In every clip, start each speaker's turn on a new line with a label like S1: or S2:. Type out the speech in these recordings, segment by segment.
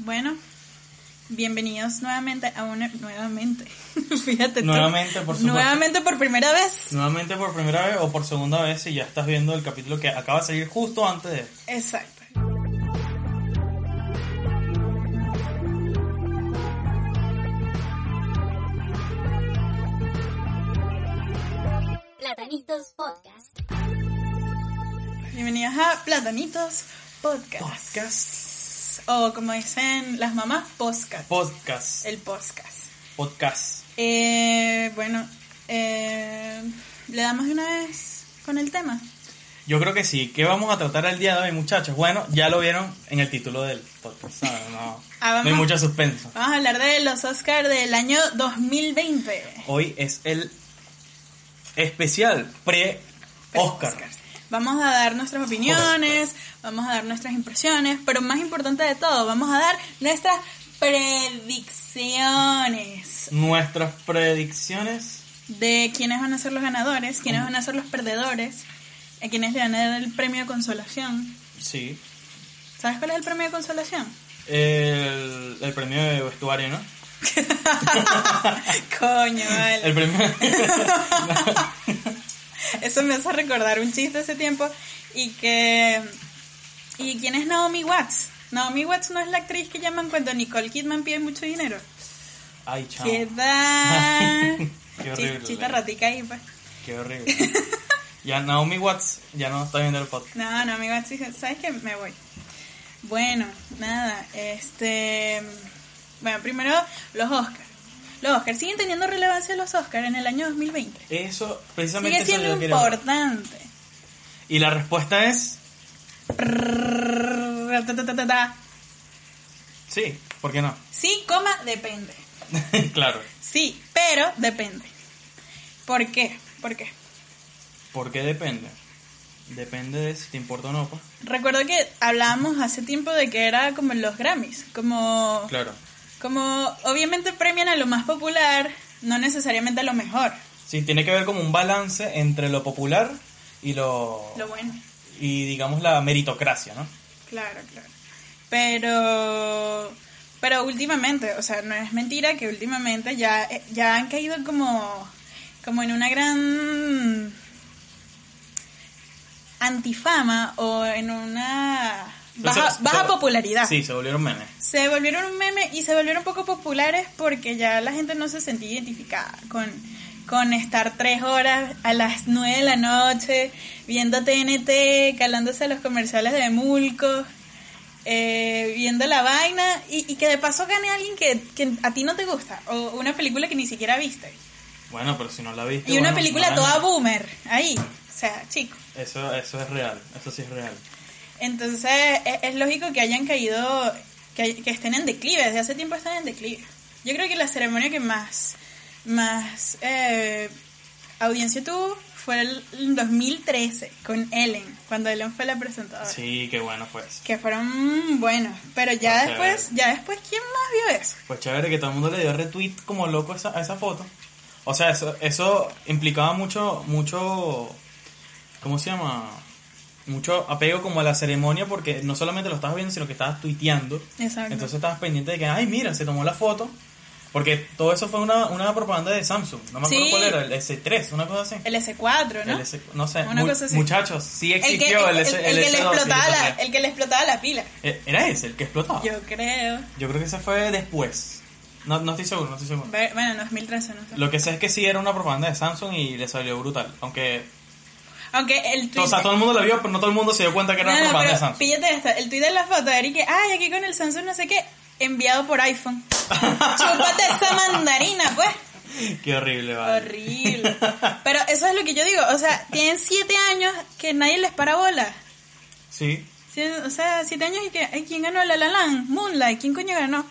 S1: Bueno, bienvenidos nuevamente a una. Nuevamente. Fíjate tú.
S2: Nuevamente, por supuesto.
S1: Nuevamente por primera vez.
S2: Nuevamente por primera vez o por segunda vez si ya estás viendo el capítulo que acaba de salir justo antes de...
S1: Exacto.
S3: Platanitos Podcast.
S1: Bienvenidos a Platanitos Podcast.
S2: Podcast.
S1: O como dicen las mamás, podcast.
S2: Podcast.
S1: el podcast.
S2: Podcast.
S1: Eh, bueno, eh, le damos de una vez con el tema.
S2: Yo creo que sí. ¿Qué vamos a tratar el día de hoy, muchachos? Bueno, ya lo vieron en el título del podcast. ¿sabes? No,
S1: Ah, vamos.
S2: no hay mucho suspenso.
S1: Vamos a hablar de los Oscars del año 2020.
S2: Hoy es el especial pre-Oscar.
S1: Vamos a dar nuestras opiniones, vamos a dar nuestras impresiones, pero más importante de todo, vamos a dar nuestras predicciones
S2: Nuestras predicciones.
S1: de quiénes van a ser los ganadores, quiénes van a ser los perdedores, a quiénes le van a dar el premio de consolación.
S2: Sí.
S1: ¿Sabes cuál es el premio de consolación?
S2: El, el premio de vestuario, ¿no?
S1: Coño, vale.
S2: El premio...
S1: Eso me hace recordar un chiste hace tiempo y que... ¿Y quién es Naomi Watts? Naomi Watts no es la actriz que llaman cuando Nicole Kidman pide mucho dinero.
S2: Ay, chao.
S1: ¿Qué tal?
S2: Qué
S1: Chi-
S2: horrible.
S1: Chita ratica ahí, pues.
S2: Qué horrible. ya Naomi Watts ya no está viendo el podcast.
S1: No, no, amigo, sí, ¿sabes qué? Me voy. Bueno, nada, este... Bueno, primero los Oscars. Los Oscars, ¿siguen teniendo relevancia los Oscars en el año 2020?
S2: Eso, precisamente
S1: Sigue
S2: eso yo
S1: siendo
S2: quería hablar.
S1: importante.
S2: Y la respuesta es
S1: Prrrr, ta, ta, ta, ta, ta.
S2: sí, ¿por qué no?
S1: Sí, coma, depende.
S2: claro,
S1: Sí, pero depende. ¿Por qué? ¿Por qué?
S2: porque depende. Depende de si te importa o no, pues.
S1: Recuerdo que hablábamos hace tiempo de que era como en los Grammys, como...
S2: Claro.
S1: Como obviamente premian a lo más popular, no necesariamente a lo mejor,
S2: Sí, tiene que ver como un balance entre lo popular y lo,
S1: lo bueno.
S2: y digamos la meritocracia, ¿no?
S1: Claro, claro. Pero pero últimamente, o sea, no es mentira que últimamente ya ya han caído como como en una gran antifama o en una baja,
S2: Entonces,
S1: baja
S2: se-
S1: popularidad.
S2: Sí, se volvieron memes.
S1: se volvieron un meme y se volvieron poco populares porque ya la gente no se sentía identificada con, con estar tres horas a las nueve de la noche viendo TNT, calándose los comerciales de Mulco, eh, viendo la vaina y, y que de paso gane alguien que, que a ti no te gusta o una película que ni siquiera viste.
S2: Bueno, pero si no la viste.
S1: Y una
S2: bueno,
S1: película
S2: no la-
S1: toda boomer, ahí, o sea, chico.
S2: Eso, eso es real, eso sí es real.
S1: Entonces eh, es, es lógico que hayan caído, que, que estén en declive, desde hace tiempo están en declive. Yo creo que la ceremonia que más, más eh, audiencia tuvo fue el, el 2013 con Ellen, cuando Ellen fue la presentadora.
S2: Sí, qué bueno pues.
S1: Que fueron buenos, pero ya
S2: O sea,
S1: después, ya después, ¿quién más vio eso?
S2: Pues chévere que todo el mundo le dio retweet como loco a esa, a esa foto. O sea, eso, eso implicaba mucho, mucho, ¿cómo se llama? Mucho apego como a la ceremonia porque no solamente lo estabas viendo, sino que estabas tuiteando.
S1: Exacto.
S2: Entonces estabas pendiente de que, ay, mira, se tomó la foto. Porque todo eso fue una, una propaganda de Samsung. No me acuerdo
S1: Sí.
S2: cuál era, el S3, una cosa así.
S1: el S4, ¿no?
S2: El S- no sé,
S1: Una
S2: mu-
S1: cosa así.
S2: muchachos, sí
S1: El que,
S2: existió
S1: el-
S2: el, S-
S1: el-
S2: el
S1: el que le
S2: S2, sí,
S1: explotaba la,
S2: existía.
S1: el que le explotaba la pila.
S2: Eh, Era ese, el que explotaba. Yo,
S1: Yo creo.
S2: creo que ese fue después. No, no estoy seguro, no estoy seguro.
S1: Ve- Bueno, 2013, no sé.
S2: Lo que sé es que sí era una propaganda de Samsung y le salió brutal. Aunque.
S1: Aunque el
S2: O sea,
S1: Twitter-
S2: todo el mundo la vio, pero no todo el mundo se dio cuenta que era una
S1: No, no,
S2: propaganda de
S1: pero
S2: Samsung.
S1: píllate esta. El tweet de la foto, Eric, que, ay, aquí con el Samsung no sé qué, enviado por iPhone. Chúpate esa mandarina, pues.
S2: Qué horrible, vale.
S1: Horrible. Pero eso es lo que yo digo, o sea, tienen siete años que nadie les para bola.
S2: sí.
S1: Sí, o sea, siete años y que, ay, ¿quién ganó La La Land? Moonlight, ¿quién coño ganó?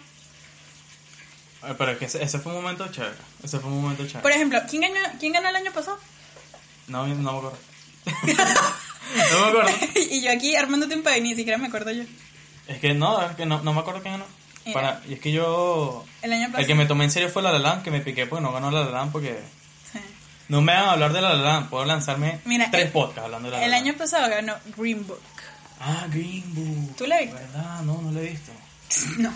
S2: Ah, Pero es que ese, ese fue un momento chévere. Ese fue un momento chévere.
S1: Por ejemplo, ¿quién ganó, ¿quién ganó el año pasado?
S2: No, no me acuerdo. no me acuerdo.
S1: y yo aquí armándote un país, ni siquiera me acuerdo yo.
S2: Es que no, es que no, no me acuerdo quién ganó.
S1: Mira.
S2: Para, y es que yo.
S1: El año pasado.
S2: El que me tomé en serio fue la La Land, que me piqué porque no ganó la La Land porque.
S1: Sí.
S2: No me hagan hablar de la La Land, puedo lanzarme
S1: Mira,
S2: tres
S1: el-
S2: podcasts hablando de la La
S1: El
S2: Land.
S1: año pasado ganó Green Book.
S2: Ah, Green Book.
S1: ¿Tú la viste?
S2: ¿Verdad? No, no la he visto.
S1: No.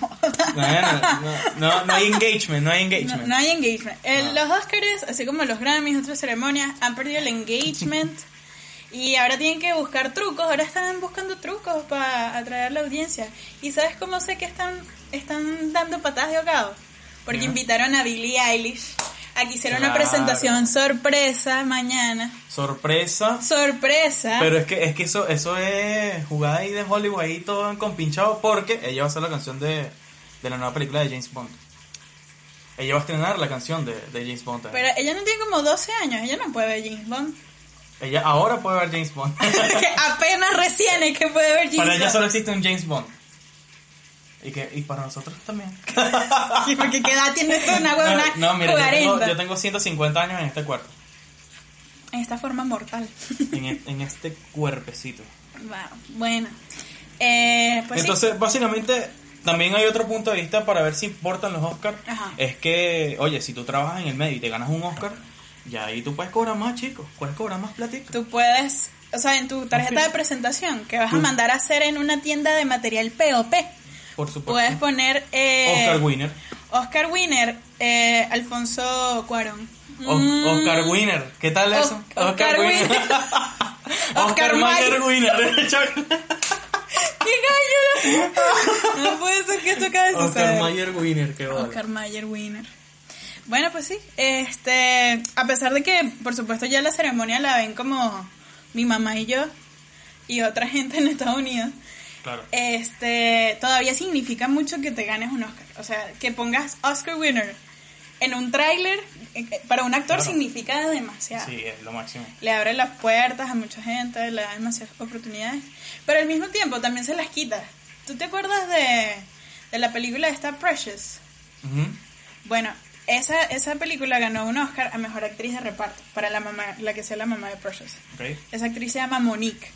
S2: Bueno, no, no, no hay engagement, no hay
S1: No,
S2: engagement.
S1: no hay engagement. El-
S2: No.
S1: Los Oscars, así como los Grammys, otras ceremonias, han perdido el engagement y ahora tienen que buscar trucos. Ahora están buscando trucos para atraer la audiencia. ¿Y sabes cómo sé que están, están dando patadas de ahogado? Porque
S2: Ya.
S1: invitaron a Billie Eilish a que hiciera una
S2: Claro.
S1: presentación sorpresa mañana.
S2: Sorpresa.
S1: ¡Sorpresa!
S2: Pero es que, es que eso, eso es jugada ahí de Hollywood ahí todo compinchado porque ella va a hacer la canción de, de la nueva película de James Bond. Ella va a estrenar la canción de, de James Bond.
S1: Pero ella no tiene como 12 años, ella no puede ver James Bond.
S2: Ella ahora puede ver James Bond.
S1: que apenas recién es que puede ver James
S2: para ella
S1: Bond.
S2: solo existe un James Bond. Y, que, y para nosotros también.
S1: Sí, porque qué edad tienes tú, una huevona?
S2: no, mira, yo
S1: 40.
S2: tengo, yo tengo 150 años en este cuerpo.
S1: En esta forma mortal.
S2: En, e- en este cuerpecito.
S1: wow, bueno. Eh, pues sí.
S2: Entonces, básicamente, también hay otro punto de vista para ver si importan los Oscars.
S1: Ajá.
S2: Es que, oye, si tú trabajas en el medio y te ganas un Oscar, ya ahí tú puedes cobrar más, chicos. Puedes cobrar más platica.
S1: tú puedes, o sea, en tu tarjeta de presentación que vas a
S2: Tú-
S1: mandar a hacer en una tienda de material POP,
S2: Por supuesto.
S1: puedes poner eh,
S2: Oscar Winner.
S1: Oscar Winner, eh, Alfonso Cuarón.
S2: O-
S1: Mm,
S2: Oscar Winner. ¿Qué tal
S1: O-
S2: eso?
S1: Oscar Winner. Oscar
S2: Oscar Mayer
S1: Mayer.
S2: Winner.
S1: ¡Qué gallo! No puede ser que esto acabe de
S2: Oscar
S1: suceder.
S2: Mayer Winner, qué vale.
S1: Oscar Mayer Winner. Bueno, pues sí, este, a pesar de que, por supuesto, ya la ceremonia la ven como mi mamá y yo y otra gente en Estados Unidos,
S2: Claro.
S1: este, todavía significa mucho que te ganes un Oscar. O sea, que pongas Oscar Winner en un tráiler eh, eh, para un actor
S2: Claro.
S1: significa demasiado.
S2: Sí, es lo máximo.
S1: Le abre las puertas a mucha gente, le da demasiadas oportunidades, pero al mismo tiempo también se las quita. ¿Tú te acuerdas de, de la película esta Precious?
S2: Ujú.
S1: Bueno, esa, esa película ganó un Oscar a Mejor Actriz de Reparto para la mamá, la que sea la mamá de Precious.
S2: Ok.
S1: Esa actriz se llama Monique.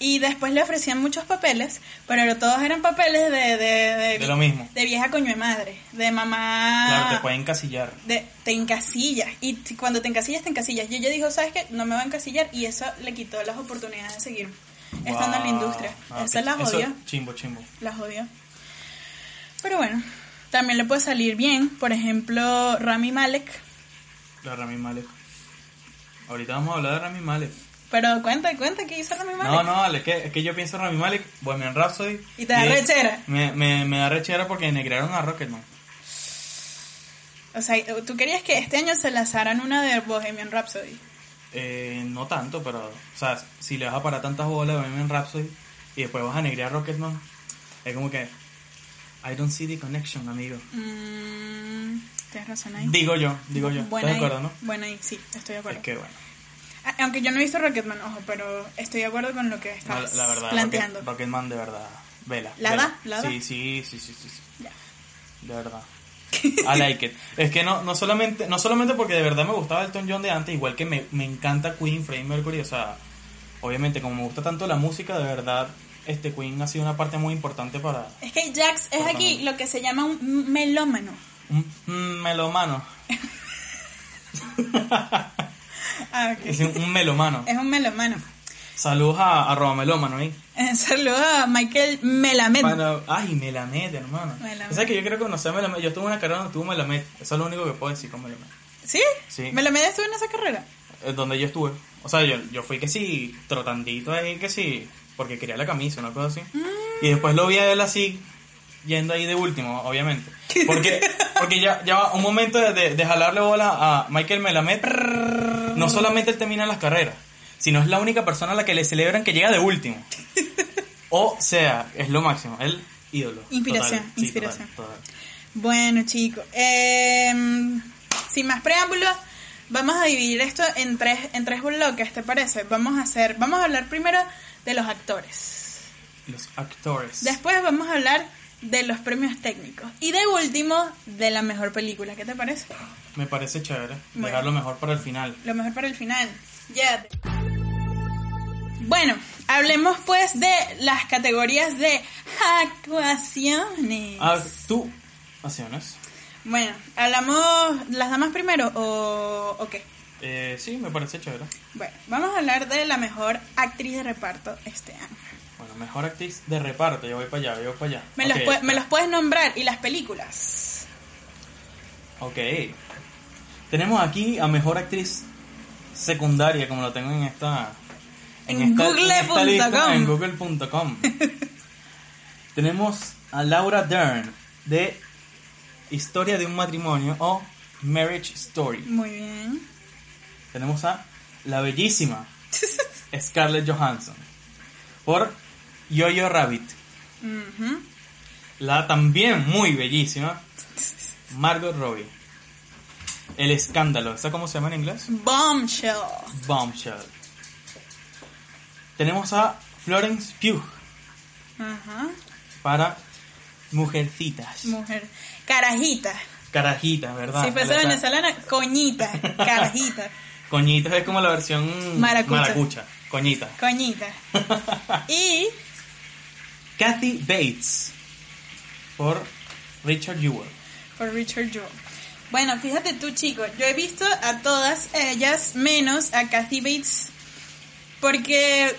S1: Y después le ofrecían muchos papeles, pero todos eran papeles de... De,
S2: De lo mismo.
S1: De vieja coño de madre, de mamá...
S2: Claro, te pueden encasillar.
S1: de- te encasillas. Y t- cuando te encasillas, te encasillas. Y ella dijo, ¿sabes qué? No me va a encasillar. Y eso le quitó las oportunidades de seguir estando en la
S2: Wow.
S1: industria.
S2: Ah,
S1: eso
S2: ok.
S1: la jodió.
S2: chimbo, chimbo.
S1: La jodió. Pero bueno, también le puede salir bien. Por ejemplo, Rami Malek.
S2: La Rami Malek. Ahorita vamos a hablar de Rami Malek.
S1: Pero cuenta, cuenta, ¿qué hizo Rami Malek?
S2: No, no, vale, es que, es que yo pienso en Rami Malek, Bohemian Rhapsody.
S1: ¿Y te da rechera?
S2: Me, me, me da rechera porque negrearon a Rocketman.
S1: O sea, tú querías que este año se lanzaran una de Bohemian Rhapsody.
S2: Eh, no tanto, pero, o sea, si le vas a parar tantas bolas de Bohemian Rhapsody y después vas a negrear a Rocketman, es como que. I don't see the connection, amigo.
S1: Mm, tienes razón ahí.
S2: Digo yo, digo yo.
S1: Buena
S2: ¿Estás de acuerdo,
S1: ahí,
S2: no?
S1: Buena ahí, sí, estoy de acuerdo.
S2: Es que bueno.
S1: A- Aunque yo no he visto Rocketman, ojo, pero estoy de acuerdo con lo que
S2: no,
S1: estás
S2: la, la verdad,
S1: planteando.
S2: Rocket- Rocketman de verdad. Vela.
S1: ¿La
S2: vela.
S1: da? ¿La da?
S2: Sí, sí, sí, sí, sí. sí.
S1: Ya.
S2: De verdad. I like it. Es que no, no solamente, no solamente porque de verdad me gustaba Elton John de antes, igual que me, me encanta Queen, Freddie Mercury, o sea, obviamente como me gusta tanto la música, de verdad, este Queen ha sido una parte muy importante para
S1: Es que Jax es
S2: Perdón.
S1: aquí lo que se llama un melómano.
S2: un un melomano.
S1: Ah, ok.
S2: Es un, un melomano.
S1: Es un melómano.
S2: Saludos a, a Roba Melómano ahí.
S1: Eh, Saludos a Michael Melamed.
S2: Bueno, ay, Melamed, hermano.
S1: Melamed.
S2: O sea que yo creo que no sé Melamed. Yo tuve una carrera donde tuvo Melamed. Eso es lo único que puedo decir con Melamed.
S1: ¿Sí?
S2: Sí.
S1: ¿Melamed estuvo en esa carrera?
S2: Eh, donde yo estuve. O sea, yo, yo fui que sí, trotandito ahí, que sí, porque quería la camisa, una cosa así.
S1: Mm.
S2: Y después lo vi a él así, yendo ahí de último, obviamente. Porque, porque ya, ya va un momento de, de- de jalarle bola a Michael Melamed. No solamente él termina las carreras, sino es la única persona a la que le celebran que llega de último. O sea, es lo máximo, el ídolo.
S1: Inspiración,
S2: Total, sí,
S1: inspiración.
S2: total, total.
S1: Bueno, chicos. eh, sin más preámbulos, vamos a dividir esto en tres, en tres bloques, ¿te parece? Vamos a hacer, vamos a hablar primero de los actores.
S2: Los actores.
S1: Después vamos a hablar de los premios técnicos. Y de último, de la mejor película. ¿Qué te parece?
S2: Me parece chévere.
S1: Bueno.
S2: Dejarlo mejor para el final.
S1: Lo mejor para el final. Ya. Bueno, hablemos pues de las categorías de actuaciones.
S2: Ah, tú. Acciones.
S1: Bueno, hablamos las damas primero o, o qué.
S2: Eh, sí, me parece chévere.
S1: Bueno, vamos a hablar de la mejor actriz de reparto este año.
S2: Bueno, mejor actriz de reparto. Yo voy para allá, yo voy para allá.
S1: Me,
S2: Ok,
S1: los, pue- me los puedes nombrar y las películas.
S2: Ok. Tenemos aquí a mejor actriz secundaria, como lo tengo en esta.
S1: En
S2: esta-
S1: google.com.
S2: lista, En google.com. Tenemos a Laura Dern de Historia de un matrimonio o Marriage Story.
S1: Muy bien.
S2: Tenemos a la bellísima Scarlett Johansson por Yo-Yo Rabbit.
S1: Ujú.
S2: La también muy bellísima Margot Robbie. El escándalo, ¿sabes cómo se llama en inglés?
S1: Bombshell.
S2: Bombshell. Tenemos a Florence Pugh
S1: Ajá.
S2: para Mujercitas.
S1: Mujer. Carajita.
S2: Carajitas, ¿verdad?
S1: si fuese
S2: La-
S1: venezolana, coñita. Carajita.
S2: Coñitas es como la versión
S1: Maracucha.
S2: Coñita.
S1: Coñita. Y
S2: Kathy Bates por Richard Jewell.
S1: por Richard Jewell. Bueno, fíjate tú, chico. Yo he visto a todas ellas, menos a Kathy Bates, porque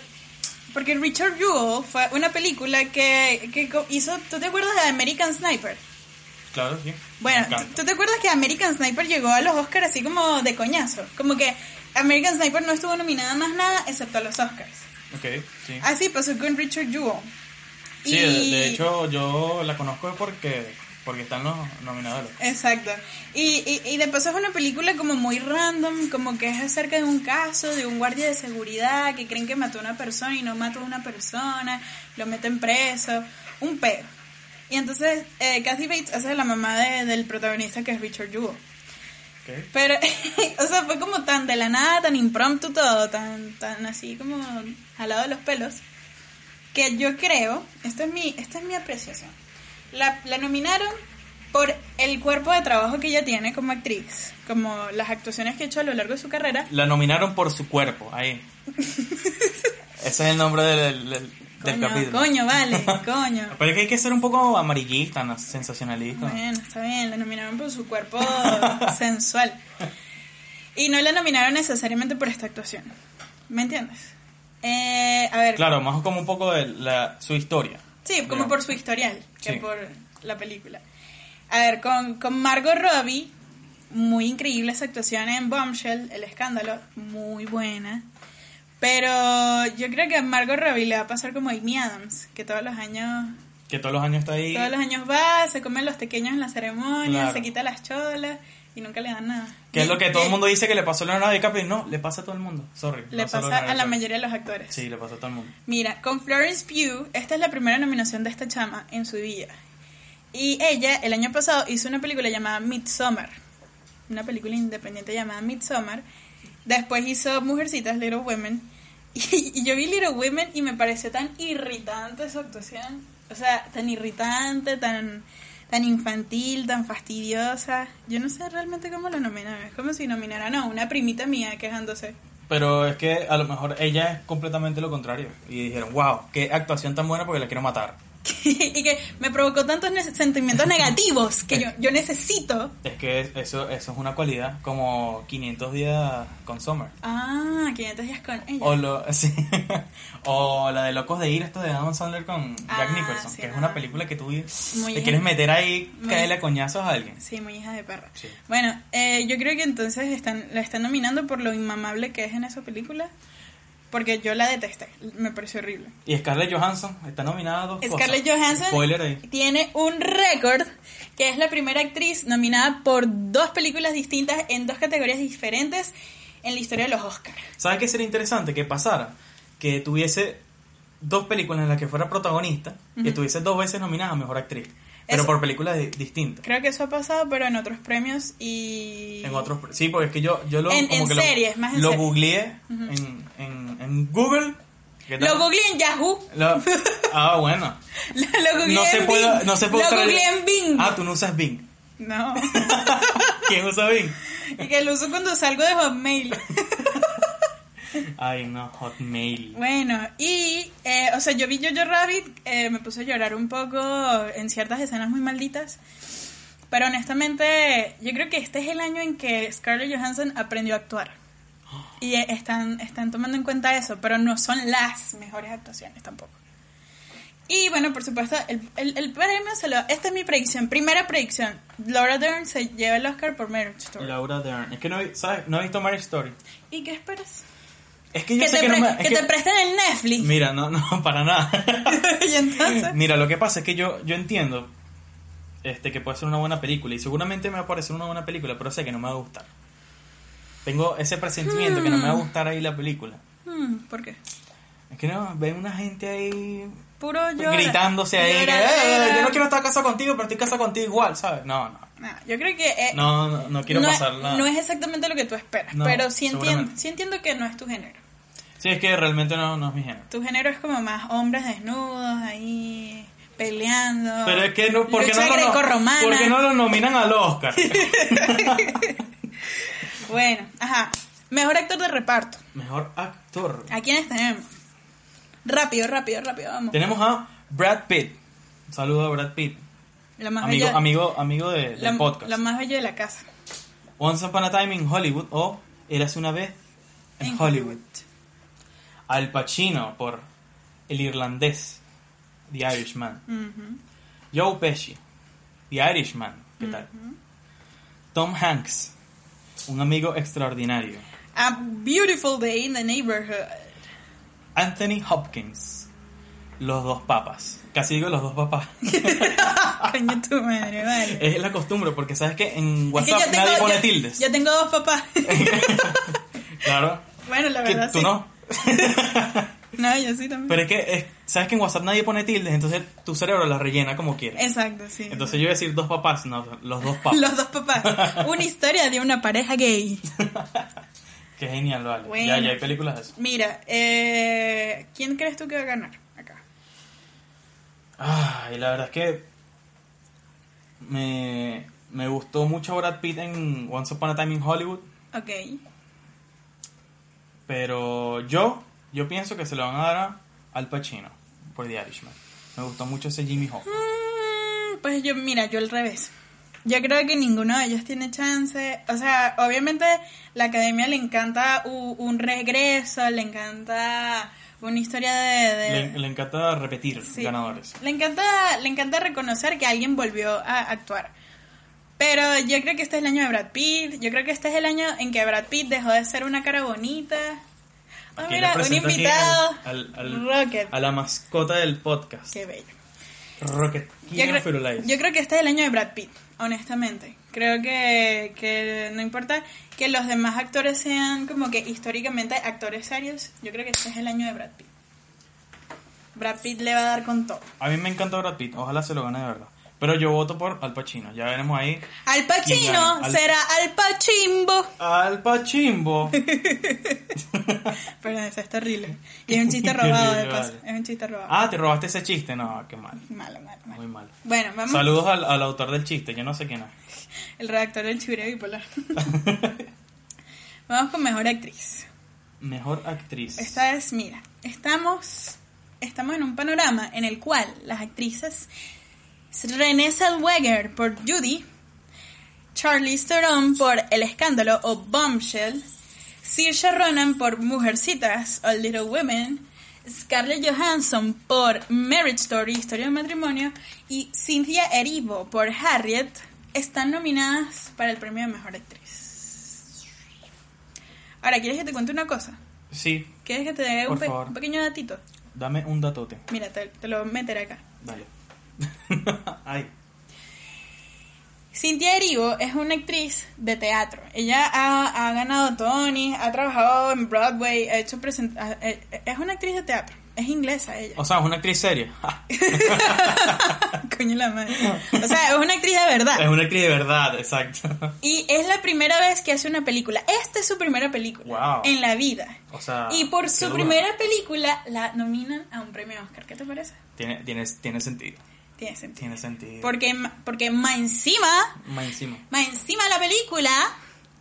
S1: porque Richard Jewell fue una película que, que co- hizo. ¿Tú te acuerdas de American Sniper?
S2: Claro, sí.
S1: Bueno,
S2: Me encanta.
S1: ¿tú te acuerdas que American Sniper llegó a los Oscars así como de coñazo? Como que American Sniper no estuvo nominada más nada excepto a los Oscars.
S2: Ok, sí.
S1: Así pasó con Richard Jewell.
S2: Sí, de, de hecho yo la conozco porque porque están los nominadores.
S1: Exacto. Y, y, y de paso es una película como muy random, como que es acerca de un caso de un guardia de seguridad que creen que mató a una persona y no mató a una persona, lo meten preso, un peo. Y entonces eh, Kathy Bates hace de la mamá de- del protagonista que es Richard Jewell.
S2: Ok.
S1: Pero, o sea, fue como tan de la nada, tan impromptu todo, tan, tan así como jalado de los pelos, que yo creo, esta es mi, esta es mi apreciación, la, la nominaron por el cuerpo de trabajo que ella tiene como actriz, como las actuaciones que ha hecho a lo largo de su carrera.
S2: La nominaron por su cuerpo, ahí. Ese es el nombre del, del, del
S1: coño,
S2: capítulo.
S1: coño, vale, coño.
S2: Pero es que hay que ser un poco amarillista, ¿no? sensacionalista.
S1: Bueno, está bien, la nominaron por su cuerpo sensual. Y no la nominaron necesariamente por esta actuación. ¿Me entiendes? Eh, a ver,
S2: Claro, más como un poco de la, su historia.
S1: Sí, como
S2: Digamos.
S1: por su historial, que
S2: Sí.
S1: por la película. A ver, con, con Margot Robbie, muy increíble esa actuación en Bombshell, El Escándalo, muy buena. Pero yo creo que a Margot Robbie le va a pasar como Amy Adams, que todos los años,
S2: Que todos los años está ahí.
S1: todos los años va, se comen los pequeños en la ceremonia,
S2: Claro.
S1: se quita las cholas y nunca le dan nada.
S2: Que es lo que
S1: Y-
S2: todo el
S1: y
S2: mundo dice que le pasó a Leonardo DiCaprio. y No, le pasa a todo el mundo. Sorry.
S1: le
S2: no solo
S1: pasa a la
S2: DiCaprio.
S1: mayoría de los actores.
S2: Sí, le pasó a todo el mundo.
S1: Mira, con Florence Pugh, esta es la primera nominación de esta chama en su vida. Y ella, el año pasado, hizo una película llamada Midsommar. Una película independiente llamada Midsommar. Después hizo Mujercitas, Little Women. Y, y yo vi Little Women y me pareció tan irritante su actuación. O sea, tan irritante, tan, tan infantil, tan fastidiosa. Yo no sé realmente cómo lo nominaron. Es como si nominaran a una primita mía quejándose.
S2: Pero es que a lo mejor ella es completamente lo contrario. Y dijeron, wow, qué actuación tan buena porque la quiero matar.
S1: y que me provocó tantos ne- sentimientos negativos que yo, yo necesito.
S2: Es que eso, eso es una cualidad, como 500 días con Summer.
S1: Ah, 500 días con ella.
S2: O, lo, sí. o la de Locos de Ir, esto de Adam Sandler con Jack
S1: Ah,
S2: Nicholson,
S1: sí,
S2: que es
S1: no.
S2: una película que tú
S1: bien.
S2: te quieres meter ahí,
S1: Muy
S2: caerle
S1: bien.
S2: a coñazos a alguien.
S1: Sí, muy hija de perra.
S2: Sí.
S1: Bueno, eh, yo creo que entonces están, la están nominando por lo inmamable que es en esa película. Porque yo la detesté, me pareció horrible.
S2: Y Scarlett Johansson está nominada a dos cosas.
S1: Scarlett Johansson
S2: Spoiler ahí.
S1: tiene un récord que es la primera actriz nominada por dos películas distintas en dos categorías diferentes en la historia de los Oscars.
S2: ¿Sabes qué sería interesante que pasara? Que tuviese dos películas en las que fuera protagonista y estuviese dos veces nominada a mejor actriz. Pero
S1: Eso-
S2: por películas di- distintas.
S1: Creo que eso ha pasado, pero en otros premios y...
S2: En otros. Sí, porque es que yo, yo lo.
S1: En-
S2: como
S1: en
S2: que lo-
S1: series, más en
S2: Lo
S1: series.
S2: googleé en, en, en Google ¿Qué tal?
S1: Lo googleé en Yahoo.
S2: Lo- Ah, bueno.
S1: Lo, lo googleé
S2: No se
S1: en
S2: puede,
S1: Bing.
S2: no se puede
S1: Lo
S2: usar el-
S1: googleé en Bing.
S2: Ah, tú no usas Bing.
S1: No.
S2: ¿Quién usa Bing?
S1: y que lo uso cuando salgo de Hotmail.
S2: Ay, no, Hotmail.
S1: Bueno, y, eh, o sea, yo vi Jojo Rabbit, eh, me puse a llorar un poco en ciertas escenas muy malditas. Pero honestamente, yo creo que este es el año en que Scarlett Johansson aprendió a actuar. Y eh, están, están tomando en cuenta eso, pero no son las mejores actuaciones tampoco. Y bueno, por supuesto, el, el, el premio se lo... Esta es mi predicción, primera predicción. Laura Dern se lleva el Oscar por Marriage Story.
S2: Laura Dern. Es que no, he- ¿sabes? no he visto Marriage Story.
S1: ¿Y qué esperas?
S2: Es que
S1: Que
S2: yo
S1: te,
S2: sé que no
S1: pre-
S2: me. es
S1: que
S2: que-
S1: te presten el Netflix.
S2: Mira, no, no, para nada.
S1: y entonces...
S2: Este, Mira, lo que pasa es que yo, yo entiendo este, que puede ser una buena película y seguramente me va a parecer una buena película, pero sé que no me va a gustar. Tengo ese presentimiento que no me va a gustar ahí la película.
S1: Hmm, ¿Por qué?
S2: Es que no, ven una gente ahí
S1: Puro yo.
S2: gritándose ahí. que, "Eh, yo no quiero estar casado contigo, pero estoy casado contigo igual, ¿sabes? No, no.
S1: yo creo que. eh,
S2: No, no, no quiero
S1: no,
S2: pasar nada.
S1: no es exactamente lo que tú esperas,
S2: No,
S1: pero sí entiendo,
S2: seguramente.
S1: sí entiendo que no es tu género.
S2: Sí, es que realmente no, no es mi género.
S1: Tu género es como más hombres desnudos ahí peleando.
S2: Pero es que no, porque no,
S1: lucha
S2: lo no-
S1: grecorromana.
S2: porque no lo nominan al Oscar.
S1: Bueno, ajá. Mejor actor de reparto.
S2: Mejor actor.
S1: ¿A quiénes tenemos? Rápido, rápido, rápido, vamos.
S2: Tenemos a Brad Pitt. Un saludo a Brad Pitt.
S1: La más
S2: Amigo,
S1: bella,
S2: amigo, amigo de, del
S1: la,
S2: podcast.
S1: la más bella de la casa.
S2: Once Upon a Time in Hollywood o Eras una vez en, Hollywood. Al Pacino por El Irlandés, The Irishman.
S1: Ujú.
S2: Joe Pesci, The Irishman, ¿qué tal? Tom Hanks, un amigo extraordinario.
S1: A beautiful day in the neighborhood.
S2: Anthony Hopkins, Los dos papas. Casi digo los dos papás.
S1: Coño tu madre, vale.
S2: es la costumbre porque sabes que en
S1: Es que
S2: WhatsApp
S1: yo tengo-
S2: nadie pone
S1: yo-
S2: tildes.
S1: Yo tengo dos papás.
S2: Claro.
S1: bueno, la
S2: Que
S1: verdad
S2: tú
S1: sí.
S2: no.
S1: No, yo sí también.
S2: Pero es que es- sabes que en WhatsApp nadie pone tildes, entonces tu cerebro las rellena como quiere.
S1: Exacto, sí.
S2: Entonces yo iba a decir dos papás, no, los dos papas.
S1: Los dos papás. Una historia de una pareja gay.
S2: Qué genial, vale.
S1: Bueno.
S2: Ya, ya hay películas de eso.
S1: Mira, eh, ¿quién crees tú que va a ganar acá?
S2: Ay, la verdad es que me, me gustó mucho Brad Pitt en Once Upon a Time in Hollywood,
S1: Ok.
S2: pero yo, yo pienso que se lo van a dar a Al Pacino por The Irishman. Me gustó mucho ese Jimmy Hoffa.
S1: Mm, Pues yo, mira, yo al revés. Yo creo que ninguno de ellos tiene chance. O sea, obviamente la academia le encanta u- un regreso, le encanta una historia de... de-
S2: Le, le encanta repetir
S1: Sí.
S2: ganadores.
S1: Le encanta, le encanta reconocer que alguien volvió a actuar. Pero yo creo que este es el año de Brad Pitt. Yo creo que este es el año en que Brad Pitt dejó de ser una cara bonita. Ah,
S2: Aquí
S1: mira,
S2: le
S1: un
S2: presento aquí
S1: invitado.
S2: al- al- al-
S1: Rocket.
S2: a la mascota del podcast.
S1: Qué bello.
S2: Rocket.
S1: Yo
S2: King of
S1: creo,
S2: Firulais.
S1: yo creo que este es el año de Brad Pitt, honestamente. Creo que, que no importa que los demás actores sean como que históricamente actores serios. Yo creo que este es el año de Brad Pitt. Brad Pitt le va a dar con todo.
S2: A mí me encanta Brad Pitt, ojalá se lo gane de verdad. Pero yo voto por Al Pacino, ya veremos ahí.
S1: Al
S2: ¿Quién gana?
S1: Pacino
S2: Al-
S1: será Al Pachimbo.
S2: Al Pachimbo.
S1: Pero eso es terrible. Y es un chiste robado, de
S2: Terrible,
S1: paso.
S2: vale.
S1: Es un chiste robado.
S2: Ah, te robaste ese chiste. No, qué mal.
S1: Malo, malo, malo.
S2: Muy mal.
S1: Bueno, vamos.
S2: Saludos al, al autor del chiste, yo no sé quién es.
S1: El redactor del chibre bipolar. vamos con mejor actriz.
S2: Mejor actriz.
S1: Esta es, mira, estamos, estamos en un panorama en el cual las actrices Renée Zellweger por Judy, Charlize Theron por El Escándalo o Bombshell, Saoirse Ronan por Mujercitas o Little Women, Scarlett Johansson por Marriage Story, Historia de un Matrimonio, y Cynthia Erivo por Harriet, están nominadas para el premio de Mejor Actriz. Ahora, ¿quieres que te cuente una cosa?
S2: Sí,
S1: ¿Quieres que te dé un,
S2: Por
S1: pe-
S2: favor.
S1: un pequeño datito?
S2: dame un datote.
S1: Mira, te, te lo voy a meter acá.
S2: Dale. Ay.
S1: Cintia Erivo es una actriz de teatro. Ella ha, ha ganado Tony, ha trabajado en Broadway, ha hecho present- ha- eh, es una actriz de teatro. es inglesa ella.
S2: O sea, es una actriz seria.
S1: Coño la madre. O sea, es una actriz de
S2: es
S1: verdad.
S2: una actriz de verdad, exacto.
S1: Y es la primera vez que hace una película. Esta es su primera película
S2: Wow.
S1: en la vida.
S2: O sea,
S1: y por
S2: Ah, qué
S1: su
S2: duro.
S1: primera película la nominan a un premio Oscar. ¿Qué te parece?
S2: Tiene, tiene, tiene sentido.
S1: Tiene sentido.
S2: Tiene sentido.
S1: Porque, ma- porque más encima,
S2: Más encima.
S1: más encima de la película,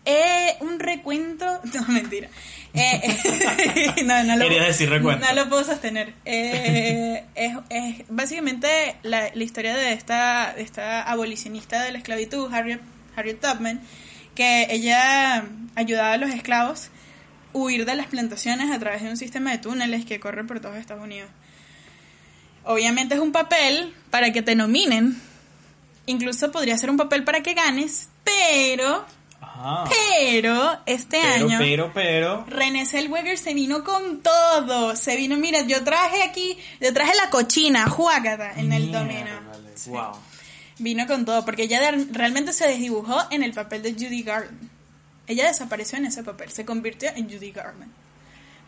S1: eh, un recuento. No, mentira. Eh, eh, no, no lo,
S2: Quería decir recuento.
S1: No lo puedo sostener. Eh, es, es básicamente la, la historia de esta, de esta abolicionista de la esclavitud, Harriet, Harriet Tubman, que ella ayudaba a los esclavos huir de las plantaciones a través de un sistema de túneles que corre por todos Estados Unidos. Obviamente es un papel para que te nominen. Incluso podría ser un papel para que ganes, pero,
S2: Ajá.
S1: pero, este
S2: Pero,
S1: año...
S2: pero, pero.
S1: René Zellweger se vino con todo. Se vino, mira, yo traje aquí, yo traje la cochina, juácata, en el domino.
S2: Miércoles,
S1: Sí.
S2: Wow.
S1: Vino con todo, porque ella de- realmente se desdibujó en el papel de Judy Garland. Ella desapareció en ese papel, se convirtió en Judy Garland.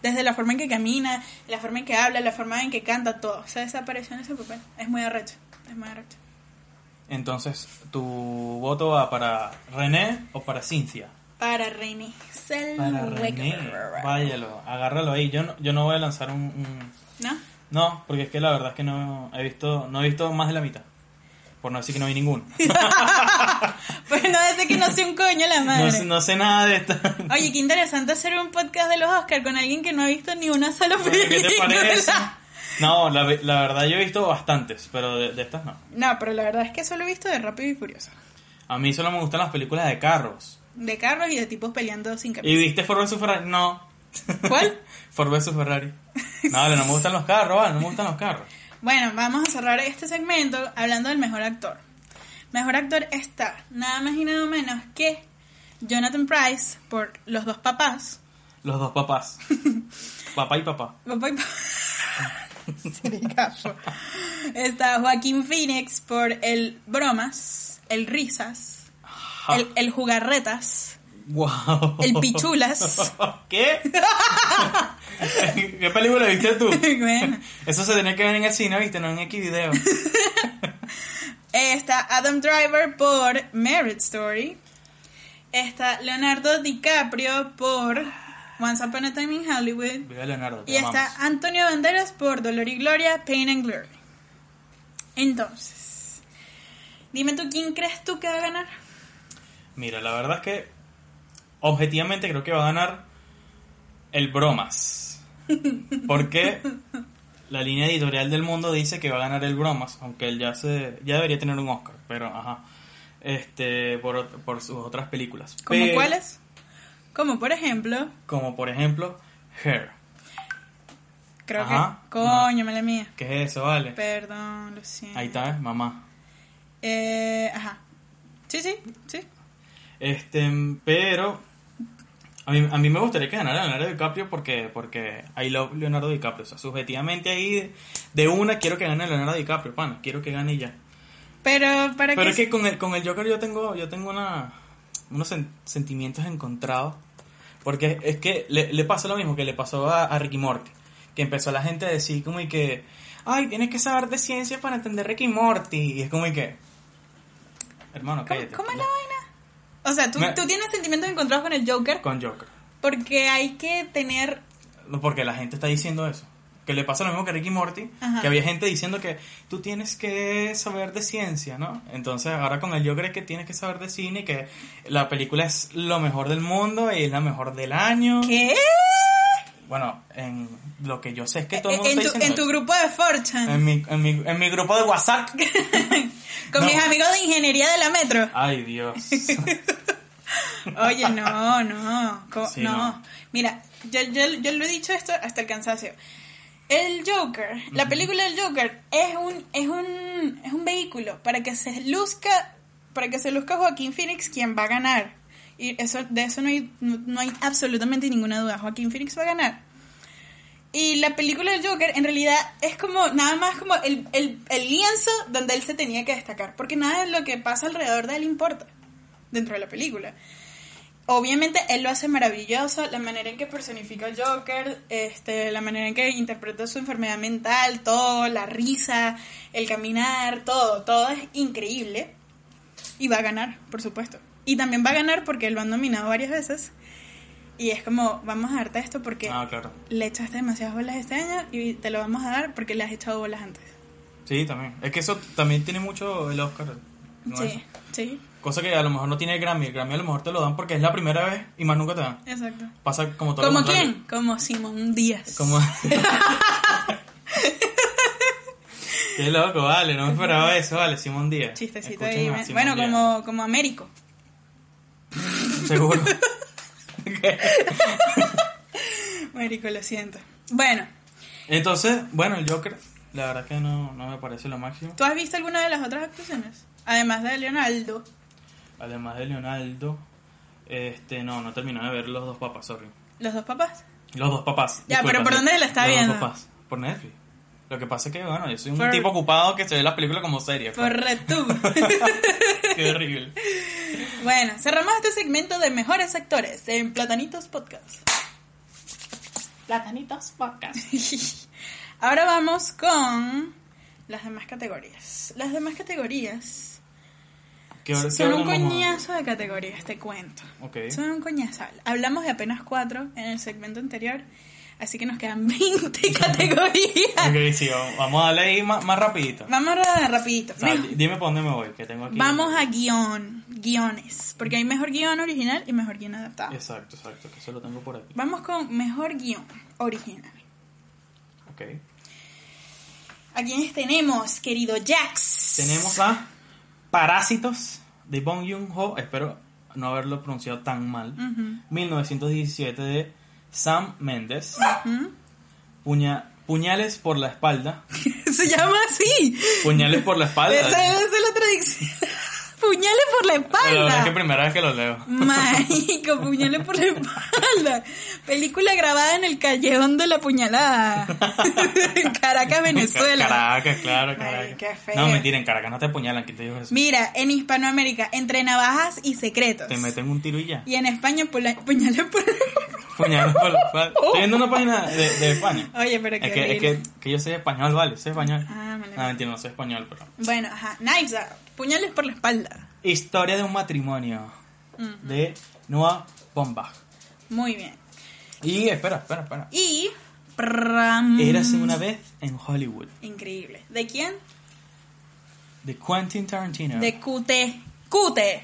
S1: Desde la forma en que camina, la forma en que habla, la forma en que canta, todo. Se desapareció en ese papel. Es muy arrecho, es muy arrecho.
S2: Entonces, ¿tu voto va para René o para Cintia?
S1: Para René
S2: Para
S1: Mm,
S2: René.
S1: Zellweger.
S2: Váyalo, agárralo ahí. Yo no, yo no voy a lanzar un, un-
S1: ¿No?
S2: No, porque es que la verdad es que no he visto, no he visto más de la mitad. Por no decir que no vi ninguno.
S1: Pues no desde que no sé un coño la madre.
S2: No, sé- no sé nada de esto.
S1: Oye, qué interesante hacer un podcast de los Oscars con alguien que no ha visto ni una sola
S2: ¿Qué
S1: película.
S2: te parece? No, la, ve- la verdad yo he visto bastantes, pero de, de estas no.
S1: No, pero la verdad es que solo he visto de Rápido y Furioso.
S2: A mí solo me gustan las películas de carros.
S1: De carros y de tipos peleando sin
S2: ¿Y
S1: camisa.
S2: viste Ford vs Ferrari? No.
S1: ¿Cuál?
S2: Ford vs Ferrari. No, vale, no me gustan los carros, vale, no me gustan los carros.
S1: Bueno, vamos a cerrar este segmento hablando del mejor actor. Mejor actor está nada más y nada menos que Jonathan Price por Los dos papás.
S2: Los dos papás. Papá y papá.
S1: Papá y papá. Siricapo. Está Joaquín Phoenix por El Bromas, El Risas,
S2: Ah.
S1: El, el Jugarretas.
S2: Wow.
S1: El Pichulas.
S2: ¿Qué? ¿Qué película viste tú?
S1: Bueno.
S2: Eso se tenía que ver en el cine, ¿viste? No en X video.
S1: Está Adam Driver por Marriage Story. Está Leonardo DiCaprio por Once Upon a Time in Hollywood.
S2: Viva Leonardo, te
S1: Y está
S2: amamos.
S1: Antonio Banderas por Dolor y Gloria, Pain and Glory. Entonces, dime tú quién crees tú que va a ganar.
S2: Mira, la verdad es que objetivamente creo que va a ganar el bromas. Porque la línea editorial del mundo dice que va a ganar el bromas, aunque él ya se ya debería tener un Oscar, pero ajá. Este, por, ot- por sus otras películas.
S1: ¿Como
S2: Pero-
S1: cuáles? Como por ejemplo,
S2: Como por ejemplo, Hair.
S1: creo
S2: Ajá.
S1: que. Coño, mala mía.
S2: ¿Qué es eso, vale?
S1: Perdón, lo siento.
S2: Ahí está, ¿ves? mamá.
S1: Eh, ajá. Sí, sí, sí.
S2: Este, pero a mí, a mí me gustaría que ganara Leonardo DiCaprio porque porque I love Leonardo DiCaprio, o sea, subjetivamente ahí de, de una quiero que gane Leonardo DiCaprio, bueno, quiero que gane y ya.
S1: Pero para
S2: Pero
S1: que.
S2: es que con el con el Joker yo tengo yo tengo una unos sen- sentimientos encontrados porque es que le, le pasó lo mismo que le pasó a, a Ricky Morty, que empezó la gente a decir como y que ay, tienes que saber de ciencia para entender Ricky Morty y es como y que hermano,
S1: ¿Cómo,
S2: cállate.
S1: cómo es la vaina? O sea, tú,
S2: Me-
S1: tú tienes sentimientos encontrados con el Joker
S2: con Joker.
S1: porque hay que tener...
S2: No, Porque la gente está diciendo eso. Que le pasa lo mismo que a Ricky Morty,
S1: Ajá.
S2: que había gente diciendo que tú tienes que saber de ciencia, ¿no? Entonces ahora con el Joker es que tienes que saber de cine, que la película es lo mejor del mundo y es la mejor del año.
S1: ¿Qué?
S2: Bueno, en lo que yo sé es que todo el mundo
S1: En
S2: está
S1: tu, en
S2: diciendo Eh,
S1: tu
S2: eso.
S1: grupo de Fortune,
S2: en, mi, en, mi, en mi grupo de WhatsApp.
S1: con
S2: no.
S1: mis amigos de ingeniería de la metro.
S2: Ay, Dios.
S1: Oye, no, no, co-
S2: Sí,
S1: no.
S2: no.
S1: Mira, yo, yo, yo lo he dicho esto hasta el cansancio. El Joker, la película del Joker es un, es un, es un vehículo para que se luzca, para que se luzca Joaquín Phoenix quien va a ganar. Y eso, de eso no hay, no, no hay absolutamente ninguna duda. Joaquín Phoenix va a ganar. Y la película del Joker en realidad es como nada más como el, el, el lienzo donde él se tenía que destacar, porque nada de lo que pasa alrededor de él importa dentro de la película. obviamente él lo hace maravilloso, la manera en que personifica al Joker, este, la manera en que interpreta su enfermedad mental, todo, la risa, el caminar, todo, todo es increíble. Y va a ganar, por supuesto. Y también va a ganar porque lo han nominado varias veces. Y es como, vamos a darte esto porque
S2: Ah, claro.
S1: le echaste demasiadas bolas este año y te lo vamos a dar porque le has echado bolas antes.
S2: Sí, también. Es que eso también tiene mucho el Oscar. ¿no?
S1: sí,
S2: Eso.
S1: sí,
S2: Cosa que a lo mejor no tiene el Grammy. El Grammy a lo mejor te lo dan porque es la primera vez y más nunca te dan.
S1: exacto.
S2: Pasa como todo lo
S1: ¿Como
S2: contrario.
S1: quién? Como Simón Díaz.
S2: Como... Qué loco, vale, no me esperaba eso, vale, Simón Díaz.
S1: Chistecito
S2: Escuchen
S1: ahí.
S2: a
S1: me-
S2: Simón
S1: Bueno,
S2: Díaz.
S1: como, como Américo.
S2: Seguro.
S1: Américo, lo siento. Bueno,
S2: Entonces, bueno, el Joker, la verdad que no, no me parece lo máximo.
S1: ¿tú has visto alguna de las otras actuaciones? Además de Leonardo.
S2: Además de Leonardo, este, no, no terminé de ver Los Dos Papas, sorry.
S1: ¿Los dos papás?
S2: Los Dos Papás.
S1: Ya,
S2: disculpa,
S1: pero ¿por
S2: sí.
S1: dónde la está
S2: Los Dos
S1: viendo?
S2: Papás, por Netflix. Lo que pasa es que, bueno, yo soy un
S1: Por-
S2: tipo ocupado que se ve las películas como series. pues.
S1: Correcto.
S2: Qué horrible.
S1: bueno, cerramos este segmento de mejores actores en Platanitos Podcast.
S3: Platanitos Podcast.
S1: Ahora vamos con las demás categorías. Las demás categorías
S2: ¿Qué hora- qué
S1: son
S2: hora
S1: un
S2: vamos a-
S1: coñazo de categorías, te cuento.
S2: Ok.
S1: Son un coñazal. Hablamos de apenas cuatro en el segmento anterior, así que nos quedan 20 categorías.
S2: Ok, sí, vamos- vamos a darle ahí más, más rapidito.
S1: Vamos ra- rapidito.
S2: O sea,
S1: Mejor-
S2: di- dime por dónde me voy, que tengo aquí.
S1: Vamos a guión, guiones, porque hay mejor guión original y mejor guión adaptado.
S2: Exacto, exacto, que eso lo tengo por aquí.
S1: Vamos con mejor guión original.
S2: Ok.
S1: ¿A quiénes tenemos, querido Jax?
S2: Tenemos a Parásitos de Bong Joon-ho, espero no haberlo pronunciado tan mal.
S1: Ujú,
S2: 1917 de Sam Mendes.
S1: ujú.
S2: Puña- puñales por la espalda.
S1: Se llama así.
S2: Puñales por la espalda.
S1: Esa esa es la traducción. Puñales por la
S2: la verdad es que
S1: espalda.
S2: primera vez que lo leo.
S1: Marico, puñales por la espalda. Película grabada en el callejón de la puñalada. Caracas, Venezuela.
S2: Caracas, claro,
S1: Ay,
S2: Caracas.
S1: qué feo.
S2: No, mentira, en Caracas no te apuñalan, ¿quién te dijo eso?
S1: Mira, en Hispanoamérica, entre navajas y secretos.
S2: Te meten un tiro y ya.
S1: Y en España, pula- puñales por
S2: Puñales por la espalda. Estoy viendo una página de, de España.
S1: Oh. Oye, pero qué
S2: Es que, es
S1: horrible.
S2: que, que yo soy español, vale, soy español.
S1: Ah, vale.
S2: No, mentira, no soy español, pero.
S1: Bueno, ajá. Knives Out. Puñales por la espalda.
S2: Historia de un matrimonio
S1: Ujú.
S2: de Noah Bombach.
S1: Muy bien.
S2: Y espera, espera, espera.
S1: Y... pram.
S2: Érase
S1: Mm.
S2: una vez en Hollywood.
S1: Increíble. ¿De quién?
S2: De Quentin Tarantino.
S1: De Cute. Cute.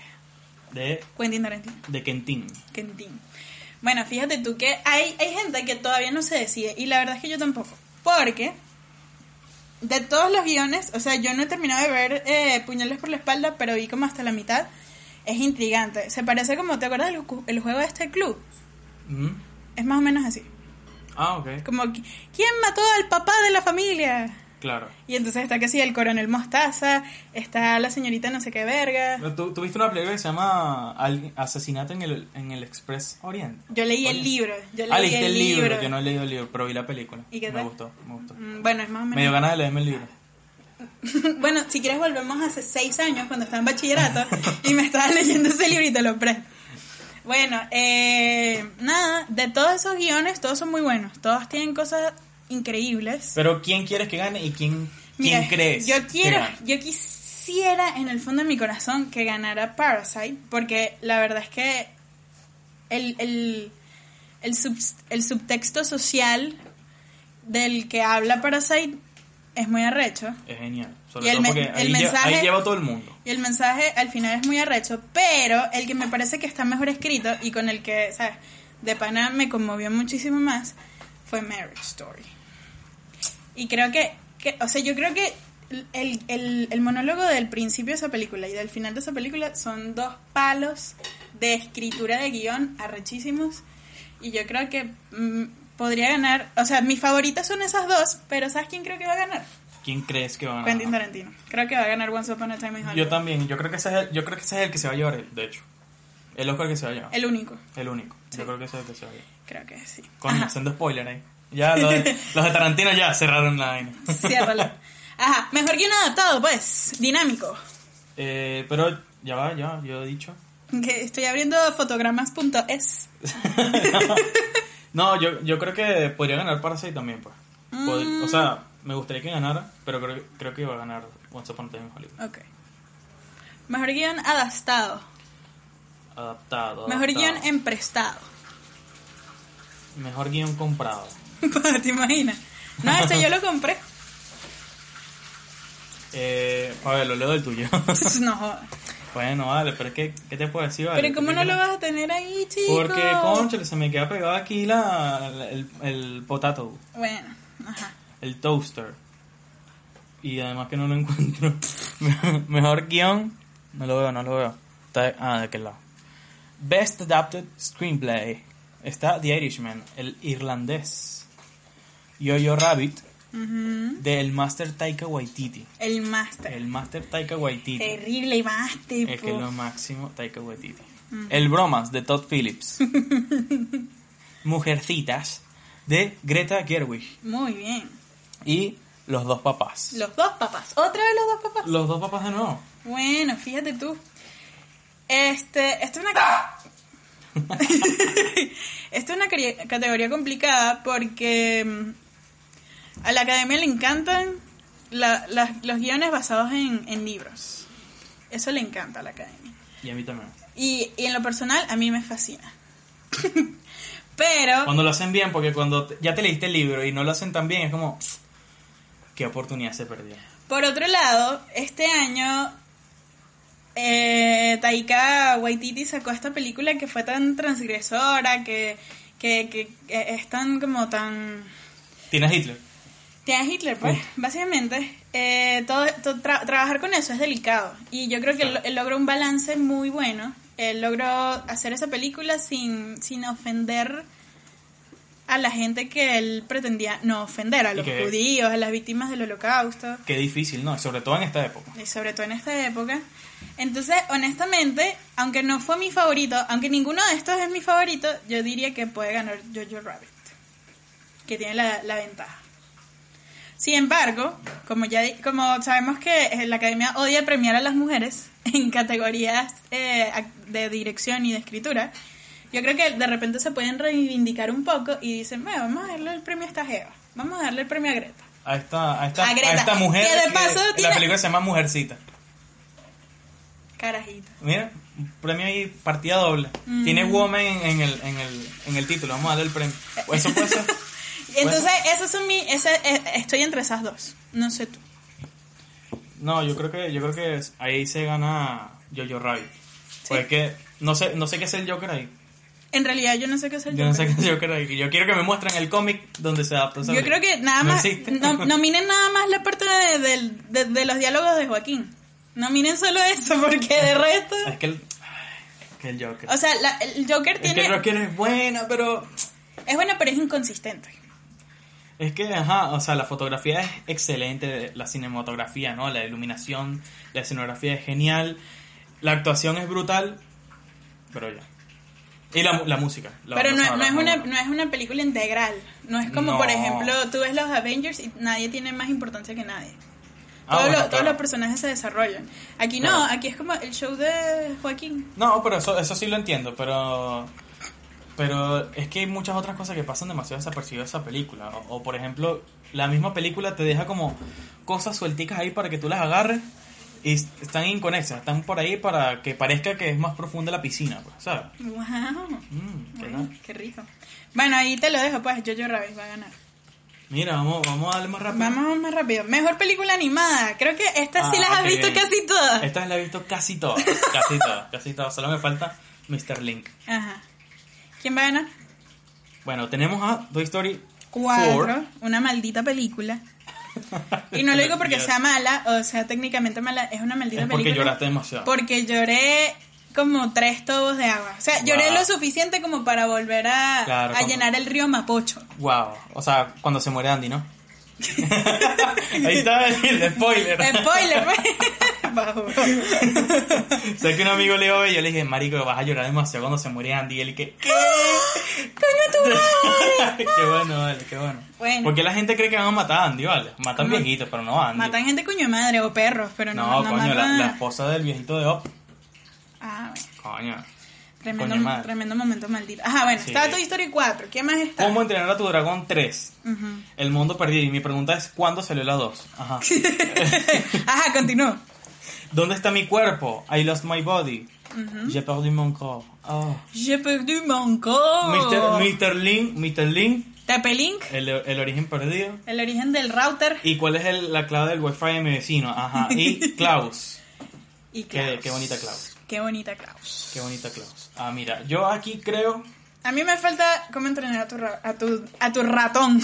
S2: de,
S1: Quentin Tarantino.
S2: de Quentin.
S1: Quentin. Bueno, fíjate tú que hay, hay gente que todavía no se decide. Y la verdad es que yo tampoco. Porque... De todos los guiones, o sea, yo no he terminado de ver eh, Puñales por la espalda, pero vi como hasta la mitad. Es intrigante. Se parece como, ¿te acuerdas del cu- el juego de este club?
S2: Mm.
S1: Es más o menos así.
S2: Ah, ok.
S1: Como, "¿Qui- ¿quién mató al papá de la familia?
S2: Claro.
S1: Y entonces está que sí, el coronel Mostaza, está la señorita no sé qué verga.
S2: ¿Tú, ¿Tuviste una película que se llama Al- Asesinato en el, en el Express Oriente?
S1: Yo leí
S2: Oye.
S1: el libro, yo leí
S2: Ah, leíste
S1: el
S2: el
S1: libro.
S2: libro. Yo no he leído el libro, pero vi la película.
S1: ¿Y qué
S2: Me
S1: tal?
S2: gustó, me gustó.
S1: Mm, Bueno, es más o
S2: Me
S1: menos.
S2: dio ganas de leerme el libro.
S1: bueno, si quieres volvemos hace seis años cuando estaba en bachillerato y me estaba leyendo ese libro y te lo presto. Bueno, eh, nada, de todos esos guiones, todos son muy buenos, todos tienen cosas increíbles.
S2: Pero ¿quién quieres que gane y quién,
S1: Mira,
S2: quién crees?
S1: Yo quiero,
S2: que gane?
S1: yo quisiera en el fondo de mi corazón que ganara Parasite, porque la verdad es que el, el, el, subs- el subtexto social del que habla Parasite es muy arrecho.
S2: Es genial. Sobre
S1: Y el
S2: todo
S1: men-
S2: porque
S1: el
S2: ahí,
S1: mensaje-
S2: lleva, ahí lleva todo el mundo.
S1: Y el mensaje al final es muy arrecho, pero el que me parece que está mejor escrito y con el que, ¿sabes? De pana me conmovió muchísimo más fue Marriage Story. Y creo que, que- o sea, yo creo que el, el- el monólogo del principio de esa película y del final de esa película son dos palos de escritura de guión arrechísimos. Y yo creo que mm, podría ganar, o sea, mis favoritas son esas dos, pero ¿sabes quién creo que va a ganar?
S2: ¿Quién crees que va a
S1: Quentin
S2: ganar?
S1: Tarantino. Creo que va a ganar Once Upon a Time in Hollywood.
S2: Ah. Yo también. Yo creo, que ese es el, yo creo que ese es el que se va a llevar, el- de hecho. El Oscar que se va a llevar. El,
S1: El único.
S2: único.
S1: Sí.
S2: Yo creo que ese es el que se va a llevar.
S1: Creo que sí.
S2: Coño,
S1: Ajá,
S2: haciendo spoiler ahí. Ya, los de, los de Tarantino ya cerraron la vaina.
S1: ciérralo. Ajá, mejor guión adaptado, pues. Dinámico.
S2: Eh, pero ya va, ya, yo he dicho.
S1: Que estoy abriendo fotogramas.es.
S2: No, yo, yo creo que podría ganar Parasite también, pues. Pod- O sea,
S1: Mm.
S2: me gustaría que ganara, pero creo, creo que iba a ganar Once Upon a Time in Hollywood.
S1: Ok. Mejor guión adaptado.
S2: Adaptado.
S1: Mejor
S2: adaptado.
S1: guión emprestado.
S2: Mejor guión comprado.
S1: ¿Te imaginas? No, ese yo lo compré.
S2: Eh, Pablo, leo del tuyo.
S1: No jodas.
S2: bueno, vale, pero es que, ¿qué te puedo decir? Vale?
S1: Pero ¿cómo
S2: ¿Qué
S1: no
S2: te
S1: lo
S2: queda?
S1: vas a tener ahí, chico?
S2: Porque, conchale, se me queda pegado aquí la, la- el, el potato,
S1: Bueno, ajá.
S2: el toaster. Y además que no lo encuentro. Mejor guión, no lo veo, no lo veo. Está, ah, de aquel lado. Best Adapted Screenplay. Está The Irishman, el irlandés. Yo-Yo Rabbit,
S1: Ujú.
S2: del Master Taika Waititi.
S1: El máster.
S2: El Master Taika Waititi.
S1: Terrible y máster.
S2: Es que es lo máximo, Taika Waititi. El Bromas, de Todd Phillips. Mujercitas, de Greta Gerwig.
S1: Muy bien.
S2: Y Los Dos Papás.
S1: Los dos papás. ¿Otra vez los dos papás?
S2: Los Dos Papás de nuevo.
S1: Bueno, fíjate tú. Este, esta es una... esta es una cari- categoría complicada porque mm, a la academia le encantan la- las- los guiones basados en, en libros. Eso le encanta a la academia.
S2: Y a mí también.
S1: Y, y en lo personal, a mí me fascina. Pero...
S2: Cuando lo hacen bien, porque cuando te- ya te leíste el libro y no lo hacen tan bien, es como... ¿Qué oportunidad se perdió?
S1: Por otro lado, este año eh, Taika Waititi sacó esta película que fue tan transgresora, que, que, que- que es tan como tan...
S2: Tienes Hitler.
S1: Tiene a Hitler, pues,
S2: Sí.
S1: básicamente. Eh, todo, to- tra- trabajar con eso es delicado. Y yo creo que él,
S2: Claro.
S1: él logró un balance muy bueno. Él logró hacer esa película sin, sin ofender a la gente que él pretendía no ofender, a
S2: Y
S1: los
S2: que-
S1: judíos, a las víctimas del holocausto.
S2: Qué difícil, ¿no? Sobre todo en esta época.
S1: Y sobre todo en esta época. Entonces, honestamente, aunque no fue mi favorito, aunque ninguno de estos es mi favorito, yo diría que puede ganar Jojo Rabbit, que tiene la, la ventaja. Sin embargo, como ya di- como sabemos que eh, la Academia odia premiar a las mujeres en categorías eh, ac- de dirección y de escritura, yo creo que de repente se pueden reivindicar un poco y dicen, "Bueno, vamos a darle el premio a esta Jeva, vamos a darle el premio a Greta.
S2: A esta, a esta,
S1: A
S2: a
S1: Greta,
S2: esta mujer.
S1: que de paso
S2: la
S1: tiene-
S2: película se llama Mujercita.
S1: Carajito.
S2: Mira, un premio ahí, partida doble.
S1: Mm.
S2: Tiene Woman en, en el, en, el, en el título, vamos a darle el premio. Pues Eso puede ser.
S1: Entonces, esas son mi, esa- eh, estoy entre esas dos. No sé tú.
S2: No, yo creo que, yo creo que es- ahí se gana Jojo Rabbit. Pues
S1: Sí.
S2: es que no sé, no sé qué es el Joker ahí.
S1: En realidad, yo no sé qué es el
S2: Yo no sé
S1: Joker.
S2: qué es el Joker ahí. Yo quiero que me muestren el cómic donde se adapta. esa
S1: Yo
S2: película.
S1: creo que nada
S2: No
S1: más.
S2: existe.
S1: no- nominen nada más la parte de, del- de- de los diálogos de Joaquín. Nominen solo eso, porque de resto.
S2: Es que el, ay, es que el Joker.
S1: O sea, la- el Joker
S2: es que
S1: tiene.
S2: el Joker es bueno, pero
S1: Es bueno, pero es inconsistente.
S2: Es que, ajá, o sea, la fotografía es excelente, la cinematografía, ¿no? La iluminación, la escenografía es genial, la actuación es brutal, pero ya. Y la, mu- la música. la
S1: pero
S2: banda
S1: no, no,
S2: sonora
S1: es
S2: muy
S1: una,
S2: buena.
S1: no es una película integral. No es como, por
S2: No.
S1: ejemplo, tú ves los Avengers y nadie tiene más importancia que nadie.
S2: Ah,
S1: Todos
S2: bueno,
S1: los- todos
S2: claro.
S1: los personajes se desarrollan. Aquí no,
S2: Claro.
S1: aquí es como el show de Joaquín.
S2: No, pero eso, eso sí lo entiendo, pero... Pero es que hay muchas otras cosas que pasan demasiado desapercibidas en esa película. O, o, por ejemplo, la misma película te deja como cosas suelticas ahí para que tú las agarres y s- están inconexas, están por ahí para que parezca que es más profunda la piscina, pues, ¿sabes?
S1: ¡Wow!
S2: Mm, ¿verdad?
S1: Bueno, qué rico. Bueno, ahí te lo dejo, pues. Jojo Rabbit va a ganar.
S2: Mira, vamos, vamos a darle más rápido.
S1: Vamos más rápido. Mejor película animada. Creo que estas sí
S2: Ah,
S1: las has
S2: ok,
S1: visto
S2: bien.
S1: casi todas.
S2: Estas las he visto casi todas. Casi todas, casi todas. Solo me falta Mr. Link.
S1: Ajá. ¿Quién va a ganar?
S2: Bueno, tenemos a Toy Story 4.
S1: Cuatro. Una maldita película. Y no lo digo porque
S2: Yes.
S1: sea mala, o sea, técnicamente mala. Es una maldita
S2: Es porque
S1: película.
S2: lloraste demasiado.
S1: Porque lloré como tres tobos de agua. O sea, lloré
S2: Wow.
S1: lo suficiente como para volver a,
S2: Claro,
S1: a
S2: como-
S1: llenar el río Mapocho.
S2: Wow. O sea, cuando se muere Andy, ¿no? Ahí está el spoiler.
S1: Spoiler, pues. Bajo.
S2: sé que un amigo le iba a ver y yo le dije, Marico, vas a llorar demasiado cuando se muere Andy. Y él que. ¿Qué?
S1: ¡Coño tu madre!
S2: qué bueno, vale, qué bueno.
S1: Bueno.
S2: Porque la gente cree que van a matar a Andy, vale. Matan
S1: Ma-
S2: viejitos, pero no a Andy.
S1: Matan gente coño de madre o perros, pero no,
S2: no,
S1: no
S2: coño, la,
S1: matan-
S2: la esposa del viejito de Op.
S1: Ah, bueno.
S2: Coño.
S1: Tremendo,
S2: Coño madre.
S1: tremendo momento maldito. Ajá, bueno,
S2: Sí.
S1: está Toy Story 4. ¿Qué más está?
S2: ¿Cómo entrenar a tu dragón 3?
S1: Ujú.
S2: El mundo perdido. Y mi pregunta es, ¿cuándo salió la 2? Ajá.
S1: Ajá, continúo.
S2: ¿Dónde está mi cuerpo? I lost my body. J'ai perdu mon corps. Oh.
S1: J'ai perdu mon corps.
S2: Mr. Mr. Link, Mr. Link,
S1: Tapelink,
S2: el, el origen perdido.
S1: el origen del router.
S2: ¿Y cuál es el- la clave del wifi de mi vecino? Ajá. Y Klaus.
S1: Y
S2: Qué-
S1: Klaus.
S2: qué bonita Klaus.
S1: Qué bonita Klaus.
S2: Qué bonita Klaus. Ah, mira, yo aquí creo...
S1: A mí me falta cómo entrenar a tu, ra- a tu, a tu ratón.
S2: mi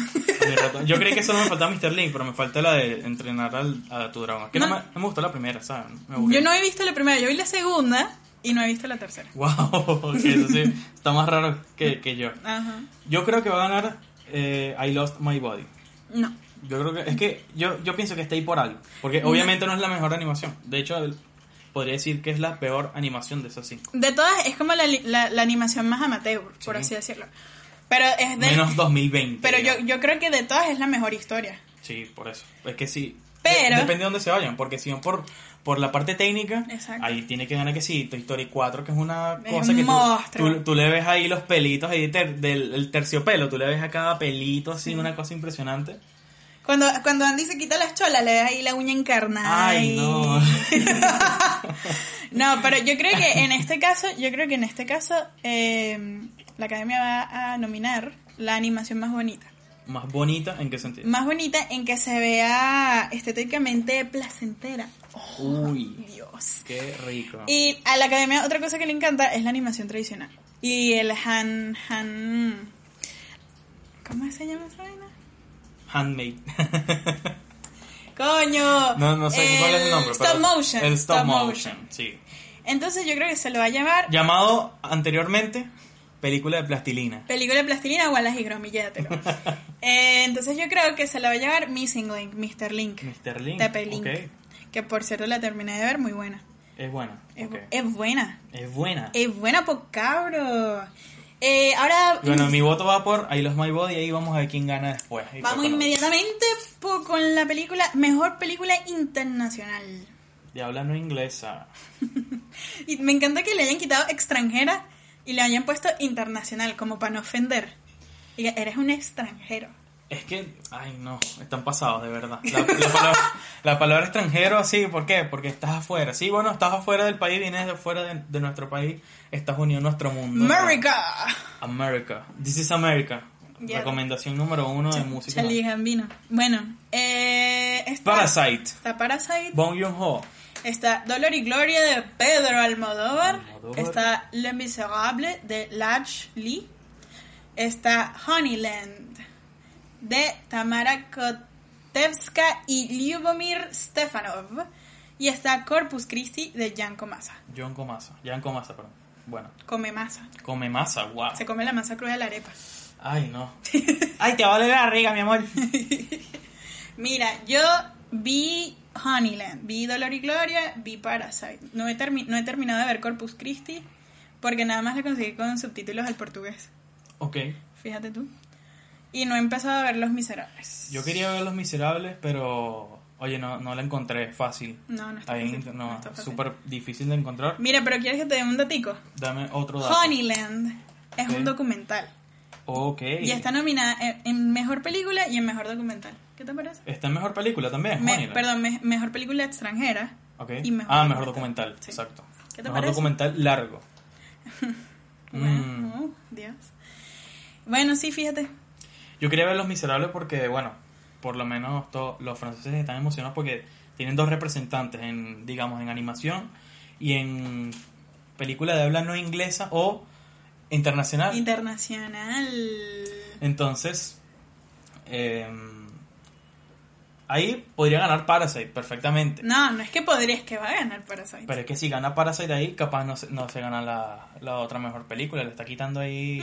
S2: ratón- Yo creí que solo me faltaba Mr. Link, pero me falta la de entrenar al, a tu dragón. Que no,
S1: No.
S2: me, no me gustó la primera, ¿sabes? Me aburrió.
S1: yo no he visto la primera, yo vi la segunda y no he visto la tercera.
S2: Wow, que eso sí, está más raro que, que yo.
S1: Ajá.
S2: Yo creo que va a ganar eh, I Lost My Body.
S1: No.
S2: Yo creo que es que yo, yo pienso que está ahí por algo, porque obviamente no es la mejor animación. De hecho, el- podría decir que es la peor animación de eso sí.
S1: De todas, es como la, li- la- la animación más amateur, por
S2: Sí.
S1: así decirlo. Pero es de.
S2: Menos 2020.
S1: pero yo,
S2: digamos.
S1: yo creo que de todas es la mejor historia.
S2: Sí, por eso. Es que sí.
S1: Pero-
S2: De- depende de dónde se vayan, porque si van por por la parte técnica,
S1: Exacto.
S2: ahí tiene que ganar que sí, Toy Story 4, que es una
S1: Es
S2: cosa
S1: un
S2: que tú-
S1: monstruo.
S2: tú, tú le ves ahí los pelitos ahí ter- del el terciopelo, tú le ves a cada pelito así una cosa impresionante.
S1: Cuando, cuando Andy se quita las cholas, le da ahí la uña encarnada.
S2: Ay,
S1: y-
S2: no.
S1: No, pero yo creo que en este caso, yo creo que en este caso, eh, la academia va a nominar la animación más bonita.
S2: Más bonita, ¿en qué sentido?
S1: Más bonita en que se vea estéticamente placentera. Oh,
S2: Uy,
S1: Dios.
S2: qué rico.
S1: Y a la academia otra cosa que le encanta es la animación tradicional. Y el Han... Han ¿Cómo se llama esa vaina?
S2: Handmade.
S1: Coño. Eh,
S2: No, no sé cuál es el nombre.
S1: Stop
S2: pero-
S1: motion.
S2: El stop, motion. sí.
S1: Entonces yo creo que se lo va a llamar
S2: Llamado anteriormente película de plastilina.
S1: película de plastilina Wallace y Gromit, llévatelo. Eh, entonces yo creo que se lo va a llevar Missing Link, Mr. Link,
S2: Mr. Link.
S1: Tepe Link.
S2: ok.
S1: Que por cierto la terminé de ver, muy buena.
S2: Es buena.
S1: Es,
S2: ok.
S1: es buena.
S2: Es buena.
S1: Es buena, por cabro. Eh, ahora
S2: Bueno, mi voto va por ahí los My Body y ahí vamos a ver quién gana después. Y
S1: vamos
S2: por-
S1: inmediatamente po- con la película, mejor película internacional.
S2: De habla no inglesa.
S1: Y me encanta que le hayan quitado extranjera y le hayan puesto internacional, como para no ofender. Diga, eres un extranjero.
S2: Es que, ay no, están pasados de verdad. La, la palabra, la palabra extranjero, sí, ¿por qué? Porque estás afuera. Sí, bueno, estás afuera del país, vienes de afuera de, de nuestro país, estás unido a nuestro mundo.
S1: America.
S2: America. This is America.
S1: Yeah.
S2: Recomendación número uno de música.
S1: Charlie Gambino. Bueno, eh, está,
S2: Parasite.
S1: está Parasite,
S2: Bong Joon-ho.
S1: está Dolor y Gloria de Pedro Almodóvar,
S2: Almodóvar.
S1: está Le Miserable de Lach Lee, está Honeyland de Tamara Kotevska y Lyubomir Stefanov, y está Corpus Christi de Yanko Masa.
S2: John Comasa. Jan Comasa, perdón. Bueno,
S1: Come masa.
S2: come masa, wow.
S1: Se come la masa cruda de la arepa.
S2: Ay, no. Ay, te va a doler la barriga, mi amor.
S1: Mira, yo vi Honeyland, vi Dolor y Gloria, vi Parasite. No he, termi- no he terminado de ver Corpus Christi porque nada más la conseguí con subtítulos al portugués.
S2: Ok.
S1: Fíjate tú. Y no he empezado a ver Los Miserables.
S2: Yo quería ver Los Miserables, pero... Oye, no, no la encontré fácil.
S1: No, no está
S2: Ahí,
S1: fácil, no
S2: no,
S1: está fácil.
S2: súper difícil de encontrar.
S1: Mira, pero quieres que te dé un datico.
S2: Dame otro dato.
S1: Honeyland es
S2: Ok.
S1: un documental
S2: Ok.
S1: y está nominada en, en mejor película y en mejor documental. ¿Qué te parece?
S2: Está en mejor película también,
S1: Me-
S2: Honeyland.
S1: perdón, me- mejor película extranjera.
S2: Ok.
S1: y mejor
S2: ah, mejor
S1: documental.
S2: documental,
S1: Sí.
S2: exacto.
S1: ¿Qué te
S2: mejor
S1: parece?
S2: documental largo. Mm.
S1: Bueno, uh, Dios. Bueno, sí, fíjate.
S2: Yo quería ver Los Miserables porque, bueno, por lo menos to- los franceses están emocionados porque tienen dos representantes en, digamos, en animación y en película de habla no inglesa o internacional.
S1: Internacional.
S2: Entonces, eh, ahí podría ganar Parasite perfectamente.
S1: No, no es que podrías que va a ganar Parasite.
S2: Pero es que si gana Parasite ahí, capaz no se, no se gana la, la otra mejor película. Le está quitando ahí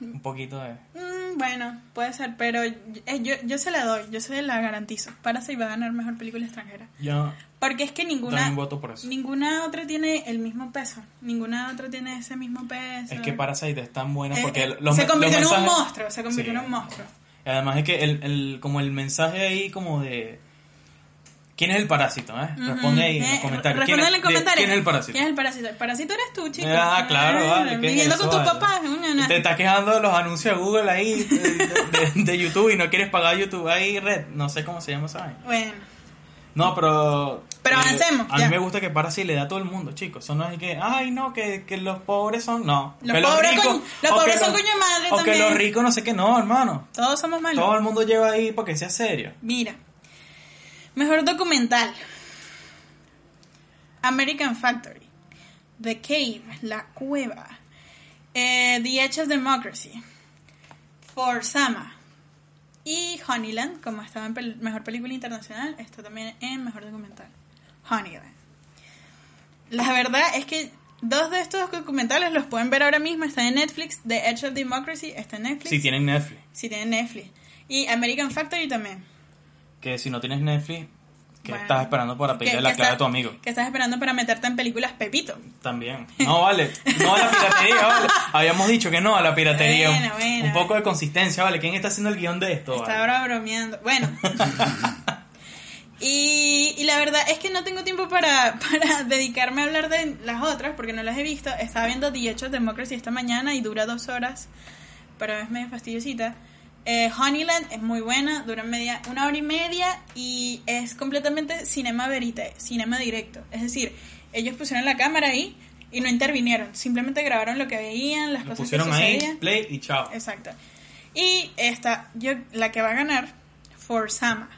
S2: un poquito de...
S1: Mm, bueno, puede ser, pero eh, yo, yo se la doy, yo se la garantizo. Parasite va a ganar mejor película extranjera.
S2: Yo
S1: Porque es que ninguna
S2: también voto por eso.
S1: ninguna otra tiene el mismo peso. Ninguna otra tiene ese mismo peso.
S2: Es que Parasite es tan buena
S1: Eh,
S2: porque
S1: eh,
S2: los
S1: se
S2: me-
S1: convirtió
S2: los
S1: en un
S2: mensajes-
S1: monstruo, se convirtió
S2: Sí.
S1: en un monstruo.
S2: Además es que el, el- como el mensaje ahí como de ¿Quién es el parásito? Eh? Responde ahí en los
S1: Eh,
S2: comentarios. ¿Quién
S1: Responde
S2: es,
S1: en los
S2: de-
S1: comentarios.
S2: ¿Quién es el parásito?
S1: ¿Quién es el parásito? El parásito eres tú, chico.
S2: Ah, claro, vale.
S1: Ah,
S2: ¿qué es
S1: Viviendo
S2: eso,
S1: con tus
S2: vale?
S1: papás. una- una-
S2: Te estás quejando de los anuncios de Google ahí, de, de- de YouTube, y no quieres pagar YouTube ahí, red. No sé cómo se llama esa vaina.
S1: Bueno,
S2: No, pero. eh,
S1: Pero avancemos,
S2: A
S1: ya.
S2: mí me gusta que para así le da a todo el mundo, chicos. Eso no es que, ay, no, que, que los pobres son. No.
S1: Los
S2: Que
S1: pobres
S2: ricos-
S1: coño- los
S2: o que
S1: pobres son coño de madre
S2: O
S1: también.
S2: que los ricos no sé qué, no, hermano.
S1: todos somos malos.
S2: Todo el mundo lleva ahí para que sea serio.
S1: Mira, mejor documental. American Factory, The Cave, La Cueva, eh, The Edge of Democracy, For Sama y Honeyland, como estaba en pel- Mejor Película Internacional, está también en Mejor Documental, Honeyland. La verdad es que dos de estos documentales los pueden ver ahora mismo, están en Netflix, The Edge of Democracy está en Netflix,
S2: Si tienen Netflix.
S1: si tienen Netflix, y American Factory también.
S2: Que si no tienes Netflix, que
S1: Bueno.
S2: estás esperando para
S1: Que-
S2: pedirle
S1: que
S2: la clave
S1: estás-
S2: a tu amigo.
S1: Que estás esperando para meterte en películas Pepito.
S2: También. No vale. No a la piratería, vale. Habíamos dicho que no a la piratería.
S1: Bueno, bueno,
S2: Un poco de consistencia, vale. ¿Quién está haciendo el guión de esto?
S1: Está
S2: vale?
S1: ahora bromeando. Bueno. y, y la verdad es que no tengo tiempo para, para dedicarme a hablar de las otras porque no las he visto. Estaba viendo The Edge of Democracy esta mañana y dura dos horas, pero es medio fastidiosita. Eh, Honeyland es muy buena, dura media, una hora y media y es completamente cinema verite, cinema directo. Es decir, ellos pusieron la cámara ahí y no intervinieron, simplemente grabaron lo que veían, las
S2: Lo
S1: cosas que
S2: pusieron ahí,
S1: sucedían.
S2: play y chao.
S1: Exacto. Y esta, yo, la que va a ganar, For Sama,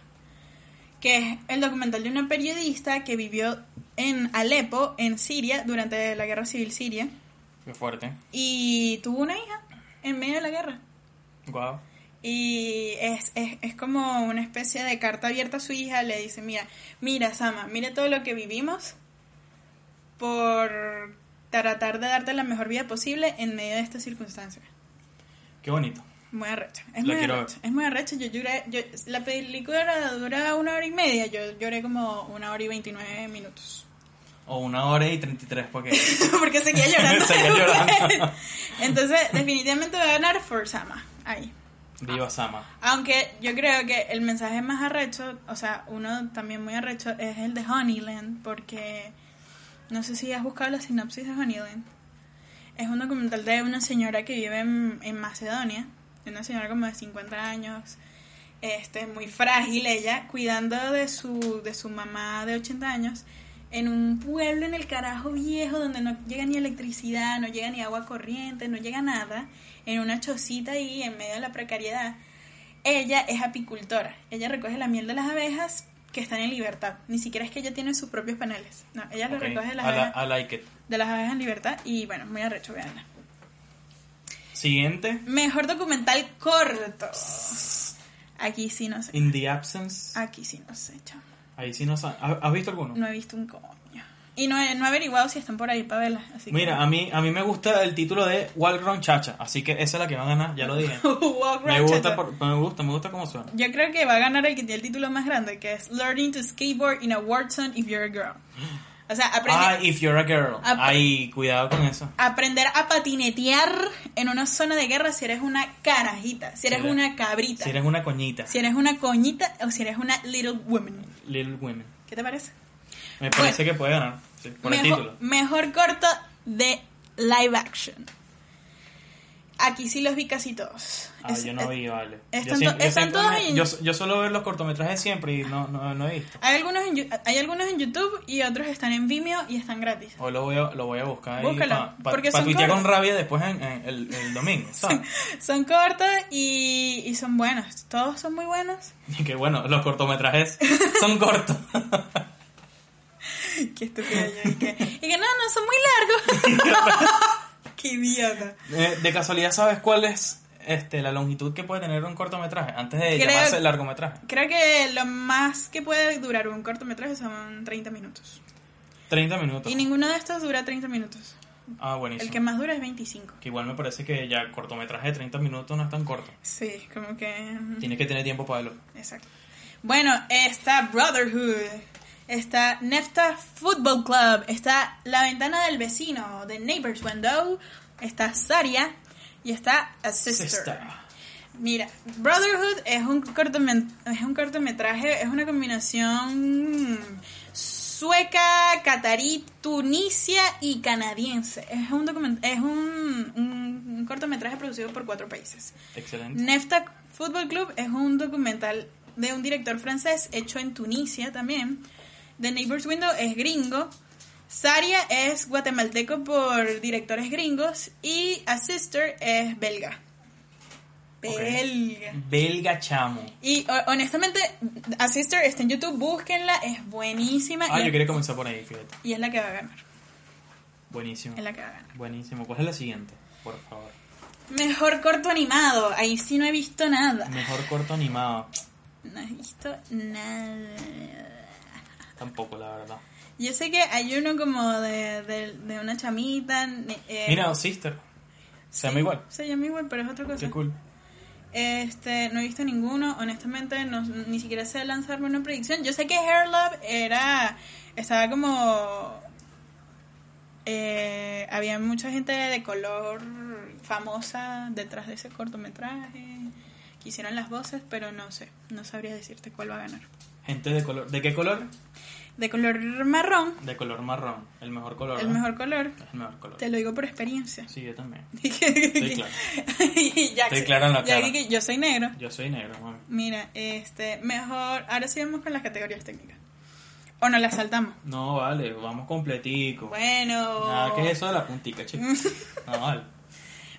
S1: que es el documental de una periodista que vivió en Alepo, en Siria, durante la guerra civil siria,
S2: Qué fuerte.
S1: y tuvo una hija en medio de la guerra.
S2: Guau.
S1: Y es, es, es como una especie de carta abierta a su hija, le dice, mira, mira Sama, mira todo lo que vivimos por tratar de darte la mejor vida posible en medio de estas circunstancias.
S2: Qué bonito.
S1: Muy arrecho. Es
S2: La
S1: muy
S2: quiero
S1: arrecho. Es muy arrecho. Yo lloré. yo- la película era- dura una hora y media. Yo lloré como una hora y veintinueve minutos.
S2: O una hora y 33, porque.
S1: Porque seguía llorando.
S2: Seguía
S1: después.
S2: llorando.
S1: Entonces, definitivamente va a ganar Forzama. Ahí.
S2: Viva Sama.
S1: Aunque yo creo que el mensaje más arrecho, o sea, uno también muy arrecho, es el de Honeyland, porque no sé si has buscado la sinopsis de Honeyland. Es un documental de una señora que vive en, en Macedonia, de una señora como de 50 años, este, muy frágil ella, cuidando de su, de su mamá de 80 años, en un pueblo en el carajo viejo donde no llega ni electricidad, no llega ni agua corriente, no llega nada, en una chocita ahí, en medio de la precariedad ella es apicultora. Ella recoge la miel de las abejas que están en libertad. Ni siquiera es que ella tiene sus propios paneles. No, ella Ah, lo
S2: Ok.
S1: recoge de las,
S2: I, li-
S1: abejas,
S2: I like it.
S1: de las abejas en libertad y bueno, muy arrecho, veanla.
S2: Siguiente.
S1: Mejor documental corto. Aquí sí no sé.
S2: In the Absence.
S1: Aquí sí no sé, chamo.
S2: Ahí sí no sa- ¿Has has visto alguno?
S1: No he visto un coño. Y no he, no he averiguado si están por ahí para verlas. Así que-
S2: Mira, a mí, a mí me gusta el título de Walron Chacha, así que esa es la que va a ganar, ya lo dije.
S1: Wow,
S2: me,
S1: Ratchet.
S2: gusta por- me gusta, me gusta cómo suena.
S1: Yo creo que va a ganar el que tiene el título más grande, que es Learning to Skateboard in a Wartime if you're a girl. O sea, aprende,
S2: Ah, If You're a Girl.
S1: Ap-
S2: Ay, cuidado con eso.
S1: aprender a patinetear en una zona de guerra si eres una carajita, si eres
S2: Si eres-
S1: una cabrita,
S2: Si eres una coñita.
S1: si eres una coñita o si eres una little woman.
S2: Little Women.
S1: ¿Qué te parece?
S2: Me parece que puede ganar, sí, por el
S1: mejor,
S2: título.
S1: mejor corto de live action. Aquí sí los vi casi todos.
S2: Ah,
S1: Es-
S2: yo no
S1: es-
S2: vi, vale.
S1: están
S2: Yo
S1: to-
S2: siempre- yo
S1: están
S2: siempre
S1: todos
S2: me-
S1: en-
S2: yo, yo suelo ver los cortometrajes siempre y no, no, no he visto.
S1: Hay algunos, en, Yu- hay algunos en YouTube y otros están en Vimeo y están gratis.
S2: Hoy lo voy a, lo voy a buscar ahí
S1: Búscalo,
S2: para pa,
S1: porque
S2: pa
S1: son
S2: tuitear con
S1: cortos.
S2: rabia después en, en el, el domingo, ¿sabes?
S1: Son cortos y, y son buenos. Todos son muy buenos.
S2: Y que bueno, los cortometrajes son cortos.
S1: Qué estúpido yo. Y que, y que, no, no, son muy largos. Qué idiota.
S2: Eh, de casualidad, ¿sabes cuál es este, la longitud que puede tener un cortometraje antes de
S1: Creo-
S2: llamarse largometraje?
S1: Creo que lo más que puede durar un cortometraje son 30 minutos.
S2: 30 minutos.
S1: Y ninguno de estos dura 30 minutos.
S2: Ah, buenísimo.
S1: El que más dura es 25.
S2: Que igual me parece que ya el cortometraje de 30 minutos no es tan corto.
S1: Sí, como que... mm,
S2: Tienes que tener tiempo para verlo.
S1: Exacto. Bueno, está Brotherhood, está Nefta Football Club, está La Ventana del Vecino, The Neighbor's Window, está Saria y está A Sister.
S2: Sister.
S1: Mira, Brotherhood es un, cortomen- es un cortometraje, es una combinación sueca, catarí, tunisia y canadiense. Es un, document- es un, un- un cortometraje producido por cuatro países.
S2: Excelente.
S1: Nefta Football Club es un documental de un director francés hecho en Tunisia también. The Neighbor's Window es gringo. Saria es guatemalteco por directores gringos. Y A Sister es belga.
S2: Ok.
S1: Belga.
S2: Belga chamo.
S1: Y ho- honestamente, A Sister está en YouTube, búsquenla, es buenísima.
S2: Ah,
S1: y,
S2: yo quería comenzar por ahí, fíjate.
S1: y es la que va a ganar.
S2: Buenísimo.
S1: Es la que va a ganar.
S2: Buenísimo. ¿Cuál es la siguiente? Por favor.
S1: Mejor corto animado. Ahí sí no he visto nada.
S2: Mejor corto animado.
S1: No he visto nada.
S2: Tampoco, la verdad.
S1: Yo sé que hay uno como de, de, de una chamita. ne- eh,
S2: Mira, Sister. Se llama
S1: sí,
S2: igual.
S1: Se llama igual, pero es otra cosa.
S2: Qué cool.
S1: Este, no he visto ninguno, honestamente, no- ni siquiera sé lanzarme una predicción. Yo sé que Hair Love era, estaba como, eh, había mucha gente de color famosa detrás de ese cortometraje, que hicieron las voces, pero no sé, no sabría decirte cuál va a ganar.
S2: Gente de color. ¿De qué color?
S1: De color marrón,
S2: De color marrón. El mejor color.
S1: el
S2: ¿no?
S1: mejor color,
S2: Es el mejor color.
S1: te lo digo por experiencia.
S2: Sí, yo también.
S1: Estoy
S2: claro.
S1: Estoy
S2: claro en la cara.
S1: Yo soy negro.
S2: Yo soy negro, mami.
S1: Mira, este, mejor, ahora sí vamos con las categorías técnicas. O no las saltamos.
S2: No, vale, vamos completico.
S1: Bueno.
S2: Nada, ¿qué es eso de la puntica, chico? no, vale.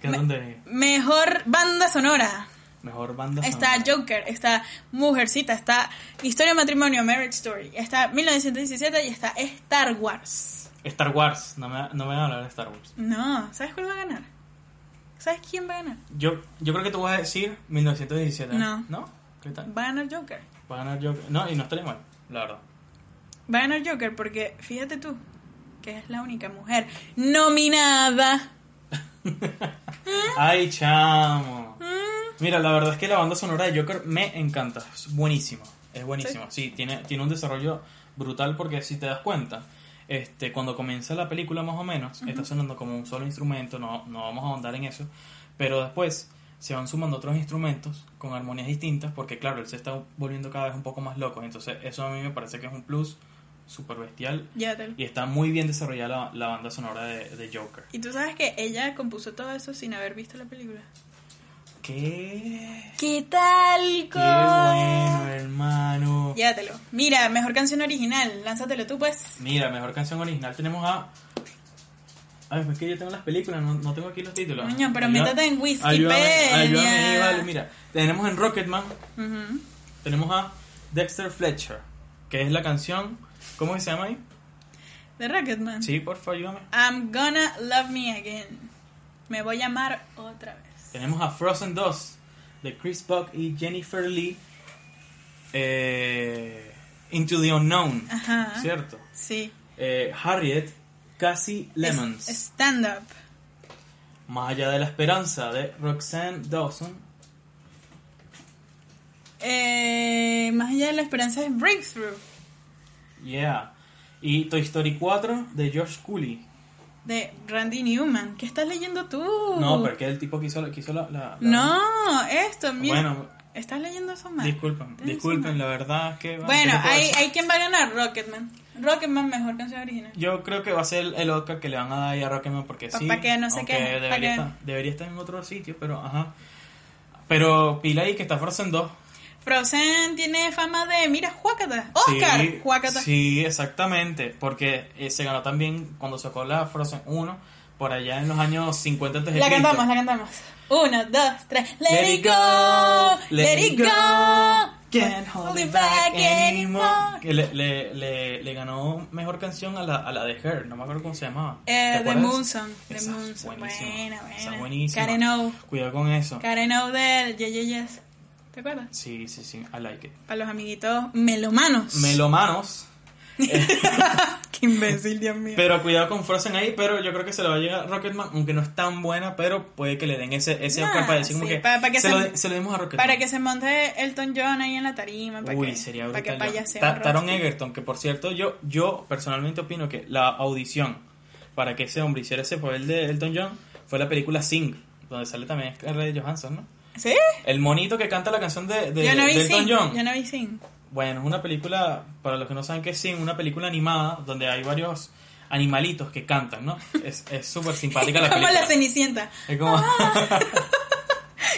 S2: ¿Qué es donde?
S1: Mejor banda sonora.
S2: Mejor banda
S1: Está
S2: sonora.
S1: Joker, está Mujercita, está Historia de Matrimonio, Marriage Story, está 1917 y está Star Wars.
S2: Star Wars. No me, no me van a hablar de Star Wars.
S1: No, ¿sabes cuál va a ganar? ¿Sabes quién va a ganar?
S2: Yo, yo creo que tú vas a decir 1917.
S1: No.
S2: ¿No? ¿Qué tal?
S1: Va a ganar Joker.
S2: Va a ganar Joker. No, y no estaría mal, la verdad.
S1: Va a ganar Joker porque, fíjate tú, que es la única mujer nominada.
S2: Ay, chamo. Mira, la verdad es que la banda sonora de Joker me encanta. Es buenísima. Es buenísima. Sí, tiene, tiene un desarrollo brutal porque si te das cuenta, este, cuando comienza la película más o menos, está sonando como un solo instrumento, no, no vamos a ahondar en eso, pero después se van sumando otros instrumentos con armonías distintas porque claro, él se está volviendo cada vez un poco más loco, entonces eso a mí me parece que es un plus súper bestial
S1: Llévatelo.
S2: y está muy bien desarrollada la, la banda sonora de, de Joker.
S1: Y tú sabes que ella compuso todo eso sin haber visto la película.
S2: ¿Qué?
S1: ¿Qué tal?
S2: Qué bueno, hermano.
S1: Llévatelo. Mira, mejor canción original. Lánzatelo tú, pues.
S2: Mira, mejor canción original tenemos a. Ay, es que yo tengo las películas, no, no tengo aquí los títulos.
S1: Coño, pero
S2: Ayuda-
S1: métete en Wikipedia.
S2: Ayúdame, ayúdame ahí, vale. Mira, tenemos en Rocketman,
S1: Ujú.
S2: tenemos a Dexter Fletcher, que es la canción. ¿Cómo que se llama ahí?
S1: De Rocketman.
S2: Sí, por favor, ayúdame.
S1: I'm gonna love me again. Me voy a amar otra vez.
S2: Tenemos a Frozen 2 de Chris Buck y Jennifer Lee. Eh, Into the Unknown,
S1: Ajá.
S2: ¿cierto?
S1: Sí.
S2: Eh, Harriet, Cassie Lemons.
S1: Es- Stand up.
S2: Más allá de la esperanza de Roxanne Dawson.
S1: Eh, más allá de la esperanza es Breakthrough.
S2: Yeah. Y Toy Story 4 de George Cooley.
S1: De Randy Newman. ¿Qué estás leyendo tú?
S2: No, porque el tipo que hizo, la- que hizo la, la-
S1: Uh.
S2: la-
S1: No, esto, mira.
S2: Bueno.
S1: ¿Estás leyendo eso mal?
S2: Disculpen,
S1: Tienes
S2: disculpen,
S1: una-
S2: la verdad es que.
S1: Bueno,
S2: ¿qué te puedo
S1: hay,
S2: decir?
S1: hay quien va a ganar Rocketman. Rocketman, mejor canción original.
S2: Yo creo que va a ser el Oscar que le van a dar ahí a Rocketman porque
S1: Pa-
S2: sí.
S1: pa' que no se
S2: aunque
S1: queje, pa'
S2: Debería,
S1: que-
S2: estar, debería estar en otro sitio, pero ajá. Pero pila ahí que está Frozen 2.
S1: Frozen tiene fama de, mira, Juácata. Oscar,
S2: sí,
S1: Juácata.
S2: Sí, exactamente. Porque eh, se ganó también cuando sacó la Frozen 1 por allá en los años 50 antes de
S1: La
S2: Cristo.
S1: cantamos, la cantamos. Uno, dos, tres. Let,
S2: Let
S1: it
S2: it
S1: go,
S2: go,
S1: let it go.
S2: Can't hold it back anymore. Que le, le, le, le ganó mejor canción a la, a la de Her, no me acuerdo cómo se llamaba.
S1: Eh,
S2: ¿Te
S1: The
S2: acuerdas?
S1: Moon Song, The
S2: Esa es
S1: Moon Song.
S2: buenísima,
S1: Buena, buena.
S2: esa es buenísima.
S1: Karen O.
S2: Cuidado con eso.
S1: Karen O del Yeah, Yeah, Yes. ¿Te acuerdas?
S2: Sí, sí, sí, I like it.
S1: Para los amiguitos melomanos.
S2: Melomanos,
S1: Qué imbécil, Dios mío.
S2: pero cuidado con Frozen ahí, pero yo creo que se le va a llegar Rocketman, aunque no es tan buena, pero puede que le den ese, ese
S1: Ah,
S2: Oscar para decir como
S1: sí,
S2: que,
S1: pa- pa' que
S2: se,
S1: se-
S2: lo, de- se lo dimos a Rocketman.
S1: Para que se monte Elton John ahí en la tarima. Para
S2: Uy,
S1: que,
S2: sería
S1: Para que
S2: brutal.
S1: payasee
S2: Ta-
S1: un rato.
S2: Taron Egerton, que por cierto, yo, yo personalmente opino que la audición para que ese hombre hiciera ese papel de Elton John fue la película Sing, donde sale también Scarlett Johansson, ¿no?
S1: ¿Sí?
S2: El monito que canta la canción de, de,
S1: yo no vi
S2: de Elton
S1: Sing.
S2: John.
S1: Yo no vi Sing.
S2: Bueno, es una película, para los que no saben qué es Sing, una película animada donde hay varios animalitos que cantan, ¿no? Es es súper simpática la
S1: como
S2: película.
S1: la Cenicienta.
S2: Es como...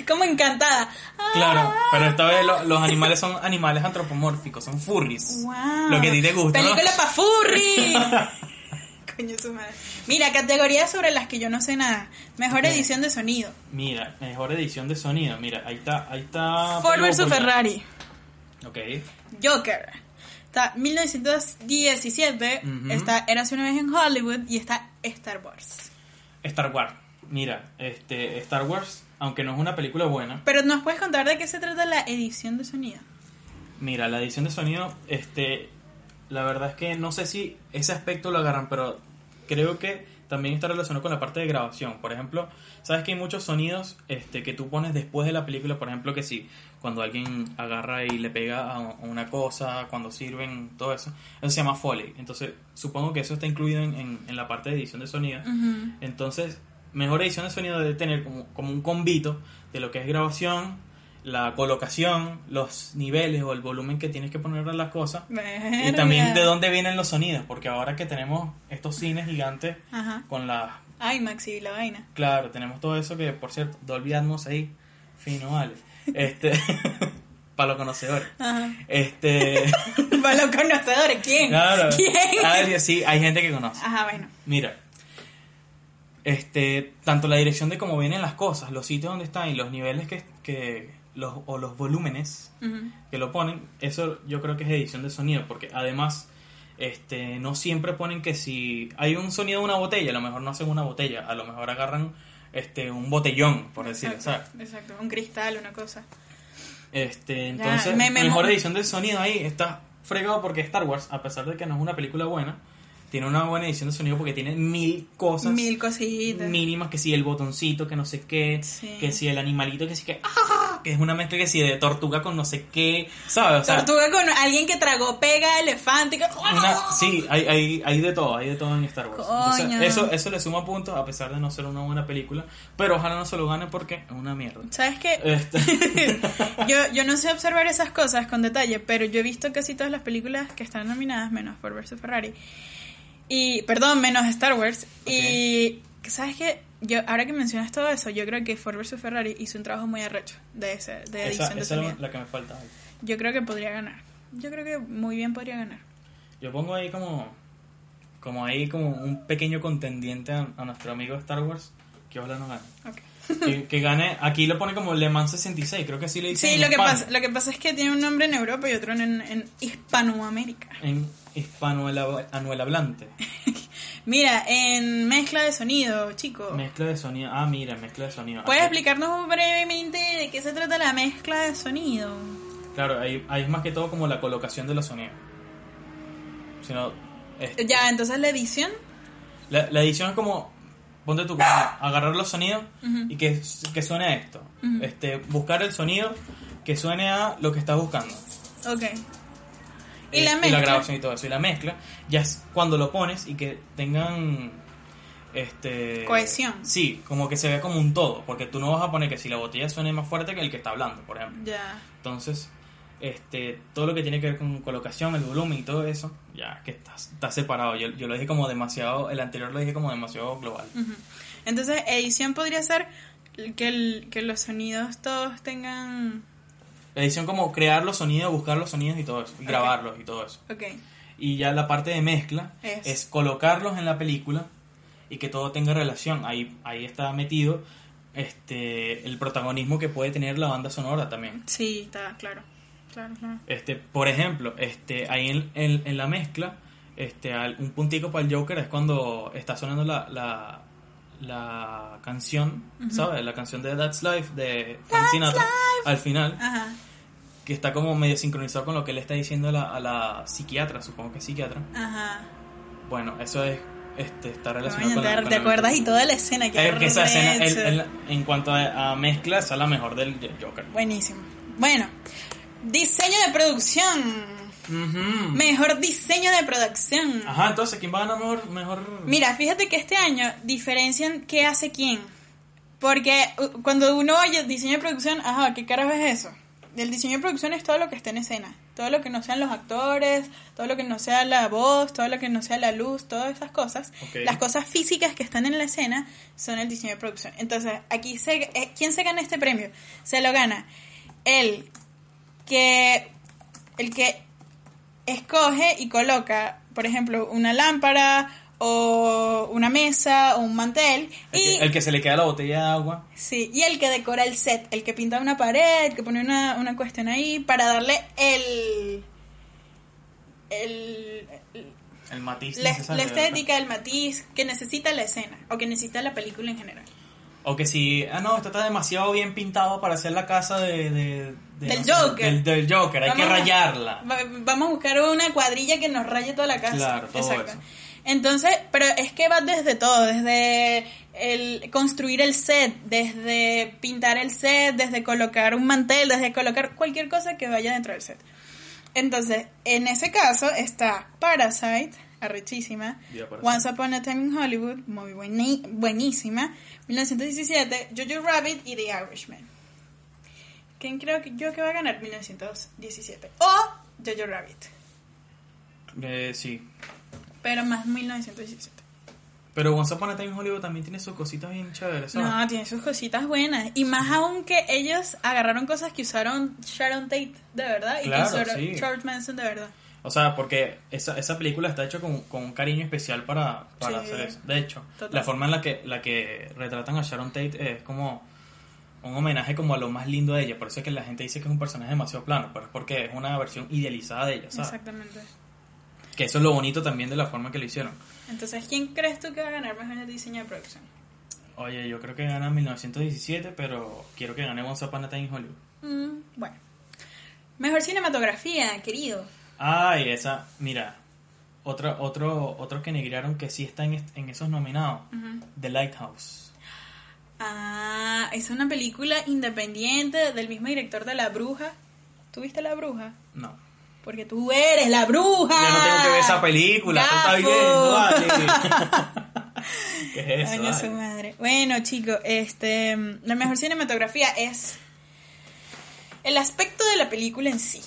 S1: Como encantada. Ah,
S2: Claro, pero esta vez lo- los animales son animales antropomórficos, son furries.
S1: Wow.
S2: Lo que a ti te gusta. ¿no?
S1: Película pa' furry. Coño su madre. Mira, categorías sobre las que yo no sé nada. Mejor
S2: Ok.
S1: edición de sonido.
S2: Mira, mejor edición de sonido. Mira, ahí está. Ahí está
S1: Ford
S2: Pedro
S1: vs
S2: Pulgar.
S1: Ferrari.
S2: Ok.
S1: Joker. Está 1917.
S2: Ujú.
S1: Está Érase una vez en Hollywood. Y está Star Wars.
S2: Star Wars. Mira, este, Star Wars, aunque no es una película buena,
S1: Pero nos puedes contar de qué se trata la edición de sonido.
S2: Mira, la edición de sonido, este, la verdad es que no sé si ese aspecto lo agarran, pero creo que también está relacionado con la parte de grabación. Por ejemplo, sabes que hay muchos sonidos este, que tú pones después de la película, por ejemplo, que sí, cuando alguien agarra y le pega a a una cosa, cuando sirven, todo eso, eso se llama foley. Entonces, supongo que eso está incluido en, en- en la parte de edición de sonido.
S1: Ujú.
S2: Entonces, mejor edición de sonido debe tener como, como un convito de lo que es grabación, la colocación, los niveles o el volumen que tienes que poner a las cosas. Y también de
S1: Verga.
S2: dónde vienen los sonidos, porque ahora que tenemos estos cines gigantes
S1: Ajá.
S2: con las...
S1: Ay, Maxi, la vaina.
S2: Claro, tenemos todo eso que, por cierto, Dolby Atmos ahí, fino, vale. Este, para los conocedores.
S1: Ajá.
S2: Este,
S1: Para los conocedores, ¿quién?
S2: claro.
S1: ¿Quién?
S2: Ah, sí, hay gente que conoce.
S1: Ajá, bueno.
S2: Mira, este, tanto la dirección de cómo vienen las cosas, los sitios donde están y los niveles que, que los, o los volúmenes
S1: Ujú.
S2: que lo ponen, eso yo creo que es edición de sonido, porque además, este, no siempre ponen que si hay un sonido de una botella, a lo mejor no hacen una botella, a lo mejor agarran este, un botellón, por decir,
S1: exacto,
S2: ¿sabes?
S1: exacto, un cristal, una cosa.
S2: Este, entonces,
S1: me- me
S2: mejor
S1: mo-
S2: edición del sonido ahí está fregado porque Star Wars, a pesar de que no es una película buena, tiene una buena edición de sonido porque tiene mil cosas
S1: Mil cositas.
S2: mínimas que si el botoncito que no sé qué
S1: Sí.
S2: que si el animalito que sí que ¡ah! que es una mezcla que si de tortuga con no sé qué sabes o sea
S1: Tortuga con alguien que tragó pega elefante. que- ¡Ah!
S2: una- sí hay, hay, hay de todo hay de todo en Star Wars Entonces,
S1: Coño.
S2: eso eso le suma puntos a pesar de no ser una buena película pero ojalá no se lo gane porque es una mierda
S1: ¿Sabes qué?
S2: Este,
S1: yo, yo no sé observar esas cosas con detalle, pero yo he visto casi todas las películas que están nominadas, menos Ford vs. Ferrari. Y, perdón, menos Star Wars. Y, ¿sabes qué? Yo, ahora que mencionas todo eso, yo creo que Ford vs. Ferrari hizo un trabajo muy arrecho de, ese, de
S2: esa,
S1: edición de
S2: esa es
S1: sonido.
S2: la- la que me falta
S1: Yo creo que podría ganar. Yo creo que muy bien podría ganar.
S2: yo pongo ahí como como ahí como un pequeño contendiente a, a nuestro amigo Star Wars que ojalá no gane
S1: Ok.
S2: que, que gane aquí lo pone como Le Mans 66 creo que sí le dicen
S1: Sí,
S2: en
S1: lo que,
S2: España.
S1: pasa, lo que pasa es que tiene un nombre en Europa y otro en, en Hispanoamérica.
S2: en hispanoanuelablante.
S1: Mira, en mezcla de sonido, chico.
S2: Mezcla de sonido. Ah, mira, mezcla de sonido.
S1: ¿Puedes
S2: Aquí-
S1: explicarnos brevemente de qué se trata la mezcla de sonido?
S2: Claro, ahí, ahí es más que todo como la colocación de los sonidos. Sino, este,
S1: Ya, entonces la edición.
S2: la, la edición es como, ponte tú, como agarrar los sonidos
S1: Ujú.
S2: y que, que suene a esto.
S1: Ujú.
S2: este, buscar el sonido que suene a lo que estás buscando.
S1: Ok. Y
S2: Eh,
S1: la mezcla.
S2: grabación y todo eso. Y la mezcla, ya es cuando lo pones y que tengan. Este,
S1: Cohesión.
S2: Sí, como que se vea como un todo. Porque tú no vas a poner que si la botella suene más fuerte que el que está hablando, por ejemplo.
S1: Ya.
S2: Entonces, este, todo lo que tiene que ver con colocación, el volumen y todo eso, ya que está, está separado. Yo, yo lo dije como demasiado. El anterior lo dije como demasiado global.
S1: Ujú. Entonces, edición podría ser que, el- que los sonidos todos tengan.
S2: La edición, como crear los sonidos, buscar los sonidos y todo eso. y
S1: Ok.
S2: Grabarlos y todo eso.
S1: Ok.
S2: Y ya la parte de mezcla
S1: Es.
S2: es, colocarlos en la película y que todo tenga relación. Ahí, ahí está metido este, el protagonismo que puede tener la banda sonora también.
S1: Sí, está claro. Claro, claro.
S2: Este, por ejemplo, este, ahí en, en- en la mezcla, este, al- un puntico para el Joker es cuando está sonando la, la, la canción, ¿sabes? La canción de That's Life de Frank Sinatra al final,
S1: Ajá.
S2: que está como medio sincronizado con lo que le está diciendo a la, a la psiquiatra, supongo que es psiquiatra.
S1: Ajá.
S2: Bueno, eso es este, está relacionado
S1: Coño,
S2: con la-
S1: te,
S2: con
S1: te
S2: la-
S1: acuerdas y toda la escena que
S2: Eh, que esa escena, el-
S1: arrecho.
S2: el- en cuanto a, a mezcla, esa es la mejor del Joker.
S1: Buenísimo. Bueno, diseño de producción.
S2: Ujú.
S1: Mejor diseño de producción.
S2: Ajá, Mm. entonces, ¿quién va a ganar mejor? mejor...
S1: Mira, fíjate que este año diferencian qué hace quién. Porque uh, cuando uno oye diseño de producción, ajá, ¿qué carajo es eso? El diseño de producción es todo lo que está en escena. Todo lo que no sean los actores, todo lo que no sea la voz, todo lo que no sea la luz, todas esas cosas.
S2: Ok.
S1: Las cosas físicas que están en la escena son el diseño de producción. Entonces, aquí se, eh, ¿quién se gana este premio? Se lo gana el que, el que escoge y coloca, por ejemplo, una lámpara o una mesa o un mantel.
S2: El,
S1: y
S2: que, el que se le queda la botella de agua.
S1: Sí, y el que decora el set, el que pinta una pared, el que pone una, una cuestión ahí para darle el. el, el-
S2: El matiz.
S1: la,
S2: necesario,
S1: la
S2: ¿verdad?
S1: estética, el matiz que necesita la escena o que necesita la película en general.
S2: O que si, ah no, esto está demasiado bien pintado para hacer la casa de... de- de-
S1: Del Joker.
S2: Del, del Joker, hay que
S1: Vamos a-
S2: rayarla.
S1: va- vamos a buscar una cuadrilla que nos raye toda la casa.
S2: Claro, todo eso.
S1: Entonces, pero es que va desde todo, desde el construir el set, desde pintar el set, desde colocar un mantel, desde colocar cualquier cosa que vaya dentro del set. Entonces, en ese caso está Parasite, arrechísima,
S2: Diga Parasite.
S1: Once Upon a Time in Hollywood, muy bueni- buenísima, 1917, Jojo Rabbit y The Irishman. ¿Quién creo que yo que va a ganar 1917? O Jojo Rabbit,
S2: Eh, sí.
S1: pero más 1917.
S2: Pero Once Upon a Time in Hollywood también tiene sus cositas bien chéveres. ¿sabes?
S1: No, tiene sus cositas buenas. Y más aún que ellos agarraron cosas que usaron Sharon Tate de verdad y
S2: Claro,
S1: que usaron
S2: sí.
S1: George Manson de verdad.
S2: O sea, porque esa, esa película está hecha con, con un cariño especial para, para
S1: Sí.
S2: hacer eso. De hecho,
S1: Total.
S2: la forma en la que, la que retratan a Sharon Tate es como un homenaje como a lo más lindo de ella. Por eso es que la gente dice que es un personaje demasiado plano, pero es porque es una versión idealizada de ella, ¿sabes?
S1: Exactamente.
S2: Que eso es lo bonito también de la forma que lo hicieron.
S1: Entonces, ¿quién crees tú que va a ganar mejor el diseño de producción?
S2: Oye, yo creo que gana 1917, pero quiero que gane Once Upon a Time in Hollywood.
S1: Mm, bueno. Mejor cinematografía, querido.
S2: Ay, esa, mira, otro, otro, otro que negraron que sí está en, est- en esos nominados, The Lighthouse.
S1: Ah, es una película independiente del mismo director de La Bruja. ¿Tú viste La Bruja?
S2: No.
S1: Porque tú eres la bruja.
S2: Yo no tengo que ver esa película, tú estás viendo, Ah,
S1: Gafo.
S2: vale. ¿Qué es eso?
S1: Coño, su
S2: vale?
S1: madre. Bueno, chicos, este, la mejor cinematografía es el aspecto de la película en sí.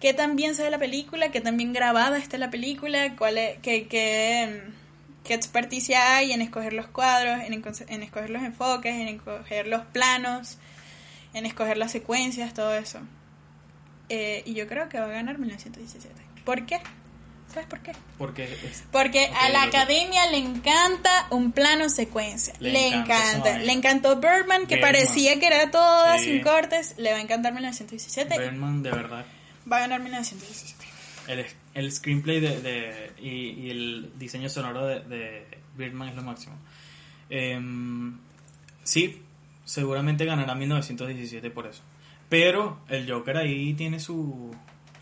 S1: ¿Qué tan bien se ve la película? ¿Qué tan bien grabada está la película? ¿Cuál es- qué, qué, mm, qué experticia hay en escoger los cuadros, en, enco- en escoger los enfoques, en escoger los planos, en escoger las secuencias, todo eso? Eh, y yo creo que va a ganar 1917. ¿Por qué? ¿Sabes por qué?
S2: Porque es-
S1: Porque a
S2: Ok,
S1: la
S2: ok.
S1: academia le encanta un plano secuencia. Le,
S2: Le
S1: encanta.
S2: encanta esa vaina.
S1: Le encantó Birdman, que
S2: Birdman.
S1: parecía que era todo
S2: Sí.
S1: sin cortes. Le va a encantar 1917.
S2: Birdman, de verdad,
S1: Va a ganar 1917.
S2: el, el screenplay de, de- y, y el diseño sonoro de, de Birdman es lo máximo. Em, sí, seguramente ganará 1917 por eso. Pero el Joker ahí tiene su,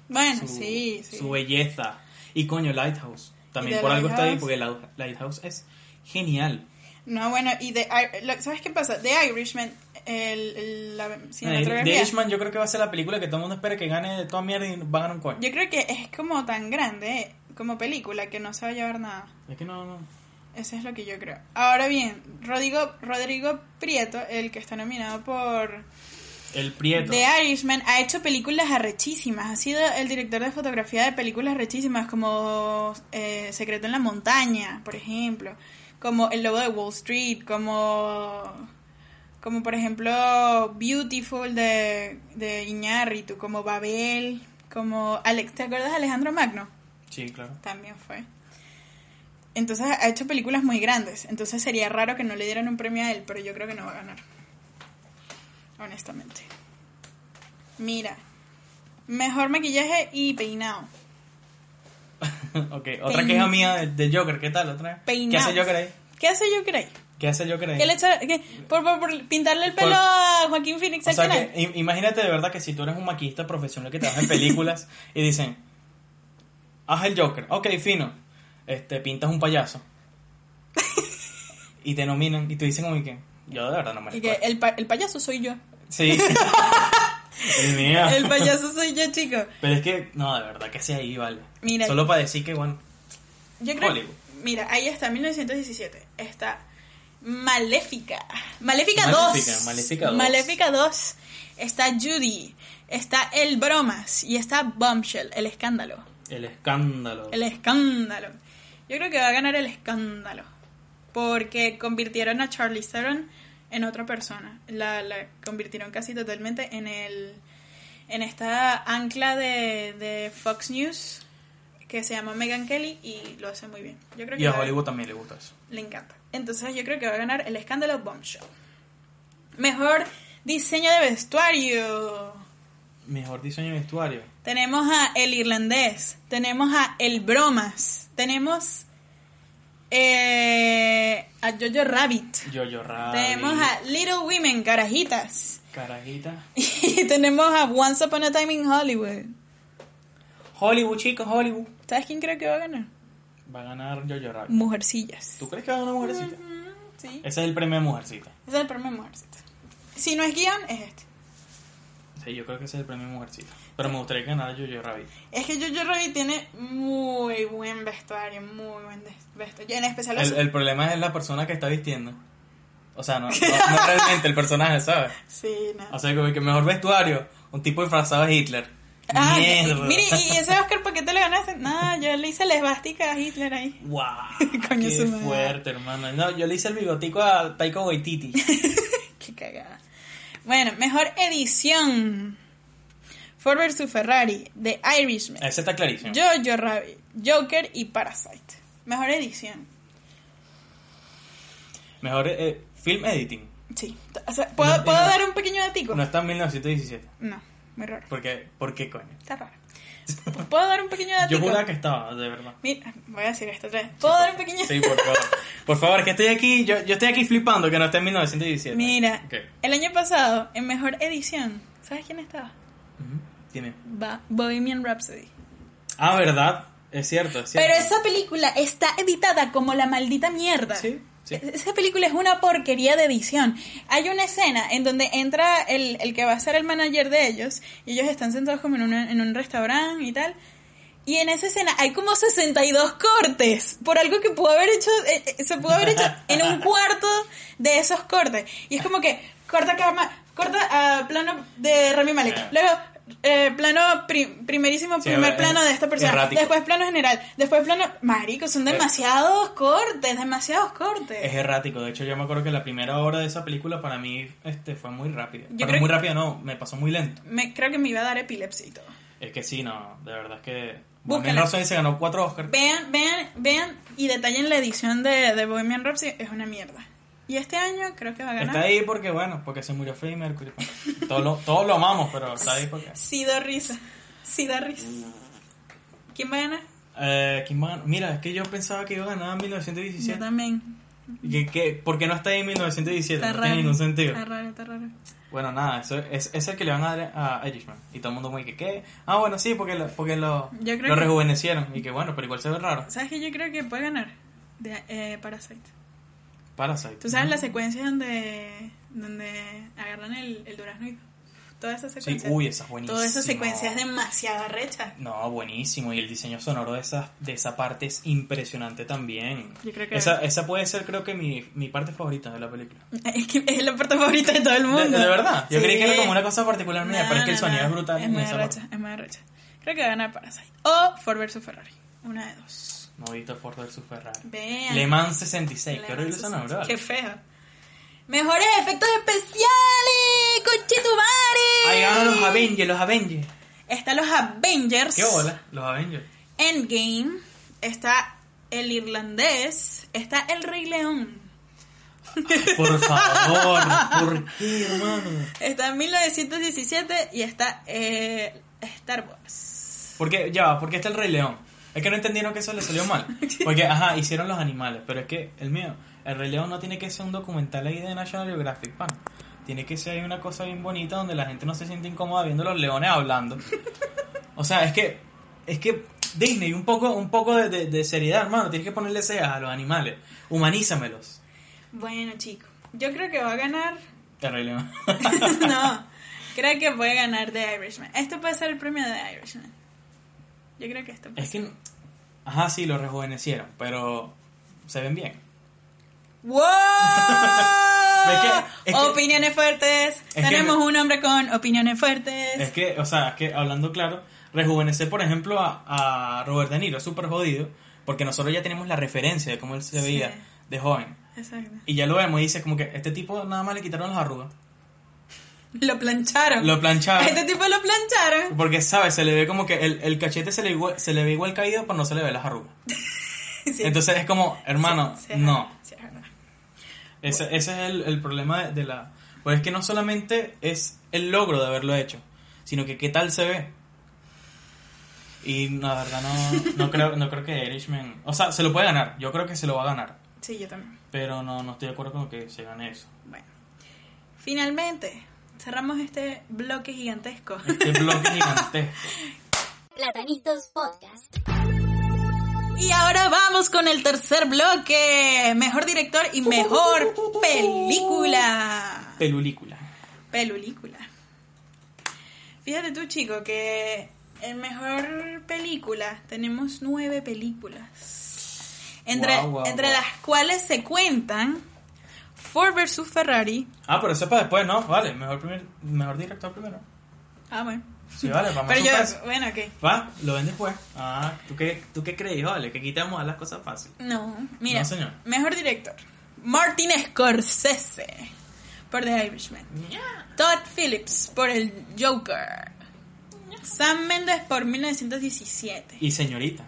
S1: Bueno,
S2: su,
S1: sí, sí.
S2: su e- belleza. Y coño, Lighthouse.
S1: Y
S2: También
S1: de
S2: por algo está ahí,
S1: Lighthouse.
S2: porque la- Lighthouse es genial.
S1: No, bueno, y de, Ir- lo- ¿sabes qué pasa? The Irishman, el, el- la
S2: Eh,
S1: cinematografía.
S2: The Irishman yo creo que va a ser la película que todo el mundo espera que gane de toda mierda y va a ganar un coño.
S1: Yo creo que es como tan grande, eh, como película, que no se va a llevar nada.
S2: Es que no, no.
S1: Eso es lo que yo creo. Ahora bien, Rodrigo, Rodrigo Prieto, el que está nominado por
S2: El Prieto.
S1: The Irishman ha hecho películas arrechísimas. Ha sido el director de fotografía de películas arrechísimas como eh, Secreto en la Montaña, por ejemplo. Como El Lobo de Wall Street, como... Como por ejemplo Beautiful de, de Iñárritu, como Babel, como... Alex, ¿Te acuerdas de Alejandro Magno?
S2: Sí, claro.
S1: También fue. Entonces ha hecho películas muy grandes. Entonces sería raro que no le dieran un premio a él, pero yo creo que no va a ganar. Honestamente. Mira. Mejor maquillaje y peinado.
S2: ok, otra queja mía del del Joker, ¿qué tal? ¿Otra? ¿Qué
S1: Peinado.
S2: hace el Joker ahí?
S1: ¿Qué hace yo ahí?
S2: ¿Qué hace el Joker ahí?
S1: ¿Qué le echa- qué- por, por- por pintarle el pelo
S2: Por-
S1: a Joaquín Phoenix
S2: o
S1: al
S2: sea,
S1: final?
S2: que, i- imagínate de verdad que si tú eres un maquillista profesional que trabaja en películas y dicen, haz el Joker, ok, fino, este, pintas un payaso y te nominan y tú dicen, uy, que yo de verdad no me
S1: Y que el, pa- el payaso soy yo.
S2: Sí. el mío.
S1: El payaso soy yo, chico.
S2: Pero es que, no, de verdad que sea ahí, vale.
S1: Mira.
S2: Solo para decir que, bueno,
S1: Yo creo.
S2: Hollywood.
S1: Mira, ahí está, 1917. Está Maléfica. Maléfica 2.
S2: Maléfica, Maléfica 2.
S1: Maléfica 2. Está Judy, está El Bromas y está Bombshell, El Escándalo.
S2: El escándalo.
S1: El Escándalo. Yo creo que va a ganar El Escándalo. Porque convirtieron a Charlie Theron en otra persona. La, la convirtieron casi totalmente en el en esta ancla de, de Fox News que se llama Megan Kelly y lo hace muy bien. Yo creo que
S2: Y a
S1: va-
S2: Hollywood también le gusta eso.
S1: le encanta. Entonces yo creo que va a ganar el escándalo Bombshell. Mejor diseño de vestuario.
S2: Mejor diseño de vestuario.
S1: Tenemos a El Irlandés, tenemos a El Bromas, tenemos eh, a Jojo Rabbit,
S2: Jojo Rabbit.
S1: tenemos a Little Women, carajitas,
S2: Carajita.
S1: y tenemos a Once Upon a Time in Hollywood.
S2: Hollywood, chicos, Hollywood.
S1: ¿Sabes quién creo que va a ganar?
S2: Va a ganar Jojo Rabbit.
S1: Mujercillas.
S2: ¿Tú crees que va a ganar Mujercita?
S1: Mm, Sí.
S2: Ese es el premio de Mujercita.
S1: Ese es el premio Mujercita. Si no es guión, es este.
S2: Sí, yo creo que ese es el premio de Mujercita. Pero me gustaría que ganara Jojo Rabbit.
S1: Es que Jojo Rabbit tiene muy buen vestuario, muy buen des- vestuario. En especial los-
S2: El, el problema es la persona que está vistiendo. O sea, no, no, no realmente el personaje, ¿sabes?
S1: Sí, no.
S2: O sea, como que mejor vestuario, un tipo disfrazado de Hitler.
S1: Ah,
S2: Mierda.
S1: mire, y ese Oscar, ¿por qué te lo ganaste? No, yo le hice la esvástica a Hitler ahí.
S2: ¡Wow!
S1: Coño,
S2: ¡Qué
S1: su madre.
S2: fuerte, hermano! No, yo le hice el bigotico a Taika Waititi.
S1: Qué cagada. Bueno, mejor edición. Ford vs Ferrari, The Irishman,
S2: Ese está clarísimo.
S1: Jojo Rabbit, Joker y Parasite. Mejor edición.
S2: Mejor eh, film editing.
S1: Sí. O sea, ¿Puedo,
S2: No,
S1: ¿puedo
S2: no.
S1: dar un pequeño datico?
S2: No está en 1917.
S1: No, muy raro.
S2: ¿Por qué, ¿Por qué coño?
S1: Está raro. ¿Puedo dar un pequeño
S2: Yo
S1: datico?
S2: juraba que estaba, de verdad.
S1: Mira, voy a decir esto otra vez. ¿Puedo dar un pequeño?
S2: Sí, por favor. Por favor, que estoy aquí, yo, yo estoy aquí flipando que no está en 1917.
S1: Mira,
S2: Ok.
S1: el año pasado, en mejor edición, ¿sabes quién estaba?
S2: Ujú. Tiene.
S1: Ba- Bohemian Rhapsody.
S2: Ah, ¿verdad? Es cierto, es cierto.
S1: Pero esa película está editada como la maldita mierda.
S2: Sí, sí.
S1: E- Esa película es una porquería de edición. Hay una escena en donde entra el, el que va a ser el manager de ellos y ellos están sentados como en, una- en un restaurante y tal. Y en esa escena hay como 62 cortes por algo que pudo haber hecho, eh, eh, se pudo haber hecho en un cuarto de esos cortes. Y es como que corta cama, corta a plano de Rami Malek,
S2: Ah.
S1: luego eh, plano pri- primerísimo,
S2: Sí,
S1: primer
S2: es-
S1: plano de esta persona,
S2: errático.
S1: después plano general, después plano... Marico, son demasiados cortes, demasiados cortes.
S2: Eh. Es errático. De hecho, yo me acuerdo que la primera hora de esa película para mí este, fue muy rápida.
S1: Yo
S2: Pero
S1: creo
S2: muy
S1: que-
S2: rápida no, me pasó muy lento.
S1: Me, creo que me iba a dar epilepsia y todo.
S2: Es que sí, no, de verdad es que...
S1: Búscala.
S2: razón se ganó cuatro Oscars.
S1: Vean, vean, vean y detallen la edición de, de Bohemian Rhapsody, es una mierda. Y este año creo que va a
S2: Está
S1: ganar.
S2: ahí porque, bueno, porque se murió Freddie Mercury. Todos lo, todos lo amamos, pero está ahí porque...
S1: Sí da risa, sí da risa. ¿Quién va a ganar?
S2: Eh, ¿quién va a ganar? Mira, es que yo pensaba que iba a ganar en
S1: Yo
S2: 1917.
S1: también.
S2: ¿Y que, que- por qué no está ahí en 1917?
S1: Está
S2: no
S1: raro.
S2: tiene ningún sentido.
S1: Está raro, está raro.
S2: Bueno, nada, eso es, es el que le van a dar a Irishman. Y todo el mundo muy que, ¿qué? Ah, bueno, sí, porque lo, porque lo,
S1: Yo creo
S2: lo
S1: que-
S2: rejuvenecieron. Y que bueno, pero igual se ve raro.
S1: ¿Sabes qué? Yo creo que puede ganar de, eh, Parasite.
S2: Parasite.
S1: ¿Tú sabes la secuencia donde, donde agarran el, el durazno y toda esa
S2: Sí,
S1: secuencia?
S2: uy, esa es buenísima.
S1: Toda esa secuencia es demasiado recha.
S2: No, buenísimo. Y el diseño sonoro de esa, de esa parte es impresionante también.
S1: Yo creo que-
S2: Esa, esa puede ser, creo que, mi, mi parte favorita de la película.
S1: Es que es la parte favorita de todo el
S2: De,
S1: mundo.
S2: de verdad. Yo
S1: Sí.
S2: creí que era como una cosa particular mía,
S1: No,
S2: pero es que el
S1: no,
S2: sonido
S1: no.
S2: es brutal.
S1: Es
S2: en
S1: muy
S2: esa parte.
S1: arrecha, es muy arrecha. Creo que va a ganar Parasite. O Ford vs Ferrari. Una de dos.
S2: No, Víctor Ford versus Ferrari.
S1: Vean.
S2: Le Mans 66. Qué horrible esa
S1: Qué
S2: nombre, ¿vale?
S1: feo. Mejores efectos especiales, conchetumare.
S2: Ahí ganan los Avengers, los Avengers.
S1: Están los Avengers.
S2: Qué bola, los Avengers.
S1: Endgame. Está el irlandés. Está el Rey León.
S2: Por favor, ¿por qué, hermano?
S1: Está 1917 y está eh, Star Wars.
S2: Porque, ya va, ¿por qué está el Rey León? Es que no entendieron que eso le salió mal. Porque, ajá, hicieron los animales, pero es que el mío, el Rey León no tiene que ser un documental ahí de National Geographic, pan. Tiene que ser ahí una cosa bien bonita donde la gente no se siente incómoda viendo los leones hablando. O sea, es que, es que Disney, un poco, un poco de, de- de seriedad, hermano, tienes que ponerle cejas a los animales. Humanízamelos.
S1: Bueno, chicos, yo creo que va a ganar.
S2: El Rey León.
S1: no, creo que puede ganar The Irishman. Esto puede ser el premio de Irishman. Yo creo que esto puede
S2: Es
S1: ser.
S2: que. Ajá, sí, lo rejuvenecieron, pero se ven bien.
S1: ¡Wow!
S2: Es que- es que-
S1: opiniones fuertes.
S2: que-
S1: Tenemos un hombre con opiniones fuertes.
S2: Es que, o sea, es que hablando claro, rejuvenecer, por ejemplo, a, a Robert De Niro es súper jodido, porque nosotros ya tenemos la referencia de cómo él se
S1: Sí.
S2: veía de joven.
S1: Exacto.
S2: Y ya lo vemos y dices como que este tipo nada más le quitaron las arrugas.
S1: Lo plancharon.
S2: Lo
S1: A
S2: plancharon.
S1: este tipo lo plancharon.
S2: Porque, ¿sabes? Se le ve como que el, el cachete se le, igua- se le ve igual caído, pero no se le ve las arrugas.
S1: Sí.
S2: Entonces es como, hermano,
S1: Sí, es
S2: no.
S1: verdad, sí, es verdad.
S2: Ese, ese es el, el problema de, de la... Pues es que no solamente es el logro de haberlo hecho, sino que qué tal se ve. Y la verdad no, no, creo, no creo que Irishman... O sea, se lo puede ganar, yo creo que se lo va a ganar.
S1: Sí, yo también.
S2: Pero no, no estoy de acuerdo con que se gane eso.
S1: Bueno. Finalmente, cerramos este bloque gigantesco.
S2: Este bloque gigantesco.
S3: Platanitos Podcast.
S1: Y ahora vamos con el tercer bloque. Mejor director y mejor película.
S2: Pelulícula.
S1: Película. Fíjate tú, chico, que en mejor película tenemos nueve películas. Entre,
S2: Guau, guau,
S1: entre
S2: guau.
S1: las cuales se cuentan Ford vs. Ferrari.
S2: Ah, pero eso es para después, ¿no? Vale, mejor, primer, mejor director primero.
S1: Ah, bueno.
S2: Sí, vale, vamos
S1: Pero
S2: a
S1: yo,
S2: un paso.
S1: bueno, ok.
S2: Va, lo ven después. Ah, ¿tú qué, tú qué crees? Vale, que quitamos a las cosas fácil.
S1: No, mira.
S2: No, señor.
S1: Mejor director. Martin Scorsese por The Irishman. Todd Phillips por El Joker. Sam Mendes por 1917.
S2: Y señorita.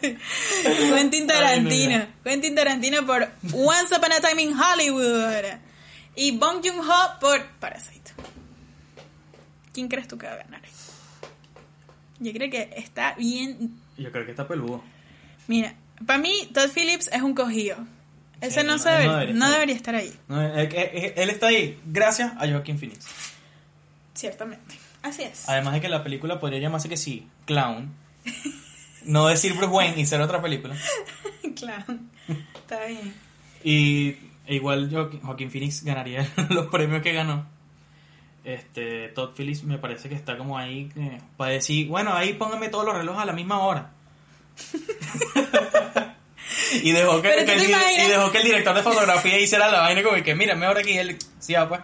S1: Quentin
S2: Ay,
S1: Tarantino.
S2: no,
S1: Quentin Tarantino por Once Upon a Time in Hollywood. Y Bong Joon-ho por Parasite. ¿Quién crees tú que va a ganar? Yo creo que está bien
S2: Yo creo que está peludo.
S1: Mira, para mí Todd Phillips es un cogido. Ese
S2: Sí,
S1: no,
S2: no,
S1: sabe,
S2: él
S1: no,
S2: no
S1: debería,
S2: debería estar ahí.
S1: estar ahí,
S2: No, eh, eh, eh, él está ahí gracias a Joaquin Phoenix.
S1: ciertamente. Así es.
S2: Además de que la película podría llamarse que sí, Clown. No decir Bruce Wayne y ser otra película.
S1: claro. Está bien.
S2: Y e igual Joaquin, Joaquin Phoenix ganaría los premios que ganó. Este, Todd Phillips me parece que está como ahí eh, para decir, bueno, ahí póngame todos los relojes a la misma hora. y, dejó que,
S1: Pero tú
S2: que
S1: te
S2: el, di-
S1: imaginas-
S2: y dejó que el director de fotografía hiciera la vaina como que, mira, mejor aquí y él, sí, va, pues.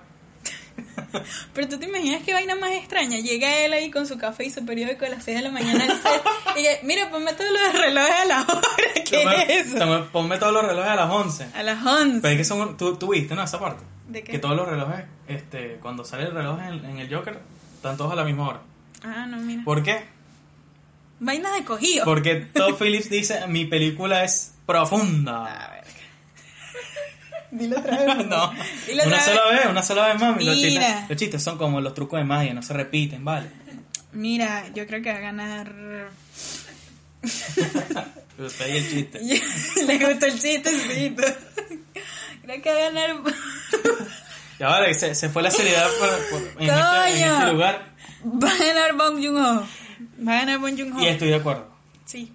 S1: Pero tú te imaginas qué vaina más extraña. Llega él ahí con su café y su periódico a las 6 de la mañana al set y que, mira, ponme todos los relojes a la hora. ¿Qué
S2: Toma-
S1: es eso?
S2: toma- ponme todos los relojes a las 11.
S1: A las
S2: Pero es
S1: 11.
S2: que son, tú, tú viste, ¿no? Esa parte.
S1: ¿De qué?
S2: Que todos los relojes, este, cuando sale el reloj en, en el Joker, están todos a la misma hora.
S1: Ah, no, mira.
S2: ¿Por qué?
S1: Vainas de cogido.
S2: Porque Todd Phillips dice, mi película es
S1: Ah,
S2: profunda.
S1: verga. Dilo otra vez.
S2: No,
S1: Dilo otra
S2: una
S1: vez.
S2: sola vez, una sola vez, mami. Los
S1: Mira.
S2: chistes, los chistes son como los trucos de magia, no se repiten, ¿vale?
S1: Mira, yo creo que va a ganar
S2: Usted y el chiste.
S1: Le gustó el chistecito. Creo que va a ganar
S2: Ya vale, se, se fue la seriedad por- por- en, este, en
S1: Coño.
S2: este lugar
S1: va a ganar Bong Joon-ho. Va a ganar Bong Joon-ho.
S2: y estoy de acuerdo.
S1: Sí.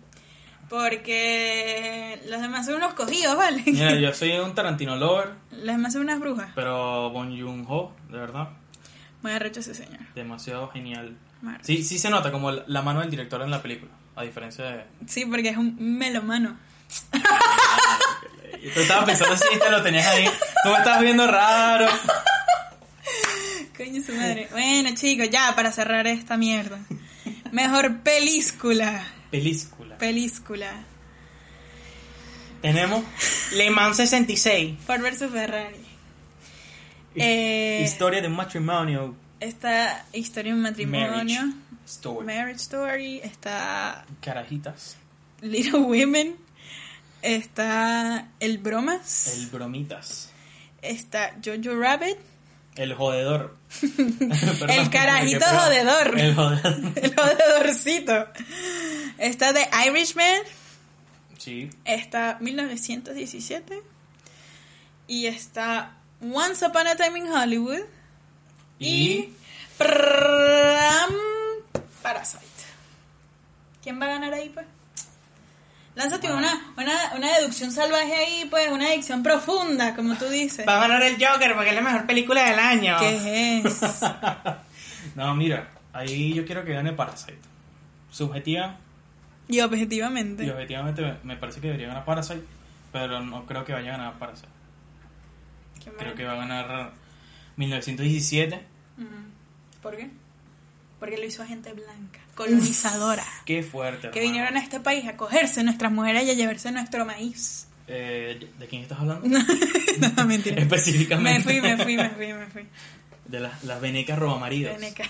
S1: Porque los demás son unos cogidos, ¿vale?
S2: Mira, yo soy un Tarantino lover,
S1: Los demás son unas brujas.
S2: pero Bon Joon-ho, de verdad,
S1: Muy arrecho ese señor.
S2: demasiado genial.
S1: Muy arrecho.
S2: Sí, sí se nota como la mano del director en la película, a diferencia de...
S1: Sí, porque es un melomano.
S2: Tú estabas pensando si te lo tenías ahí, tú me estabas viendo raro.
S1: Coño su madre. Bueno, chicos, ya para cerrar esta mierda. Mejor película.
S2: Película.
S1: Película.
S2: Tenemos Le Mans 66.
S1: Ford versus Ferrari. Eh,
S2: Historia de un matrimonio.
S1: Esta historia de un matrimonio.
S2: Marriage Story.
S1: Marriage Story, está
S2: Carajitas.
S1: Little Women, está El Bromas,
S2: El bromitas.
S1: está Jojo Rabbit,
S2: El jodedor.
S1: El carajito jodedor.
S2: El jodedor.
S1: El Odedorcito, está The Irishman,
S2: Sí.
S1: está 1917 y está Once Upon a Time in Hollywood y,
S2: Y
S1: Prrrram, Parasite. ¿Quién va a ganar ahí, pues? Lánzate
S2: Ah.
S1: una, una, una deducción salvaje ahí, pues, una adicción profunda, como tú dices.
S2: va a ganar el Joker porque es la mejor película del año.
S1: ¿Qué es?
S2: No, mira, ahí yo quiero que gane Parasite. Subjetiva
S1: Y objetivamente.
S2: y objetivamente me parece que debería ganar Parasite pero no creo que vaya a ganar Parasite.
S1: Qué mal.
S2: Creo que va a ganar 1917,
S1: Ujú. ¿Por qué? Porque lo hizo gente blanca, colonizadora,
S2: qué fuerte.
S1: que
S2: hermano.
S1: vinieron a este país a cogerse nuestras mujeres y a llevarse nuestro maíz.
S2: Eh, ¿De quién estás hablando?
S1: no, mentira.
S2: Específicamente.
S1: Me fui, me fui, me fui, me fui.
S2: De las, las venecas robamaridos.
S1: Veneca.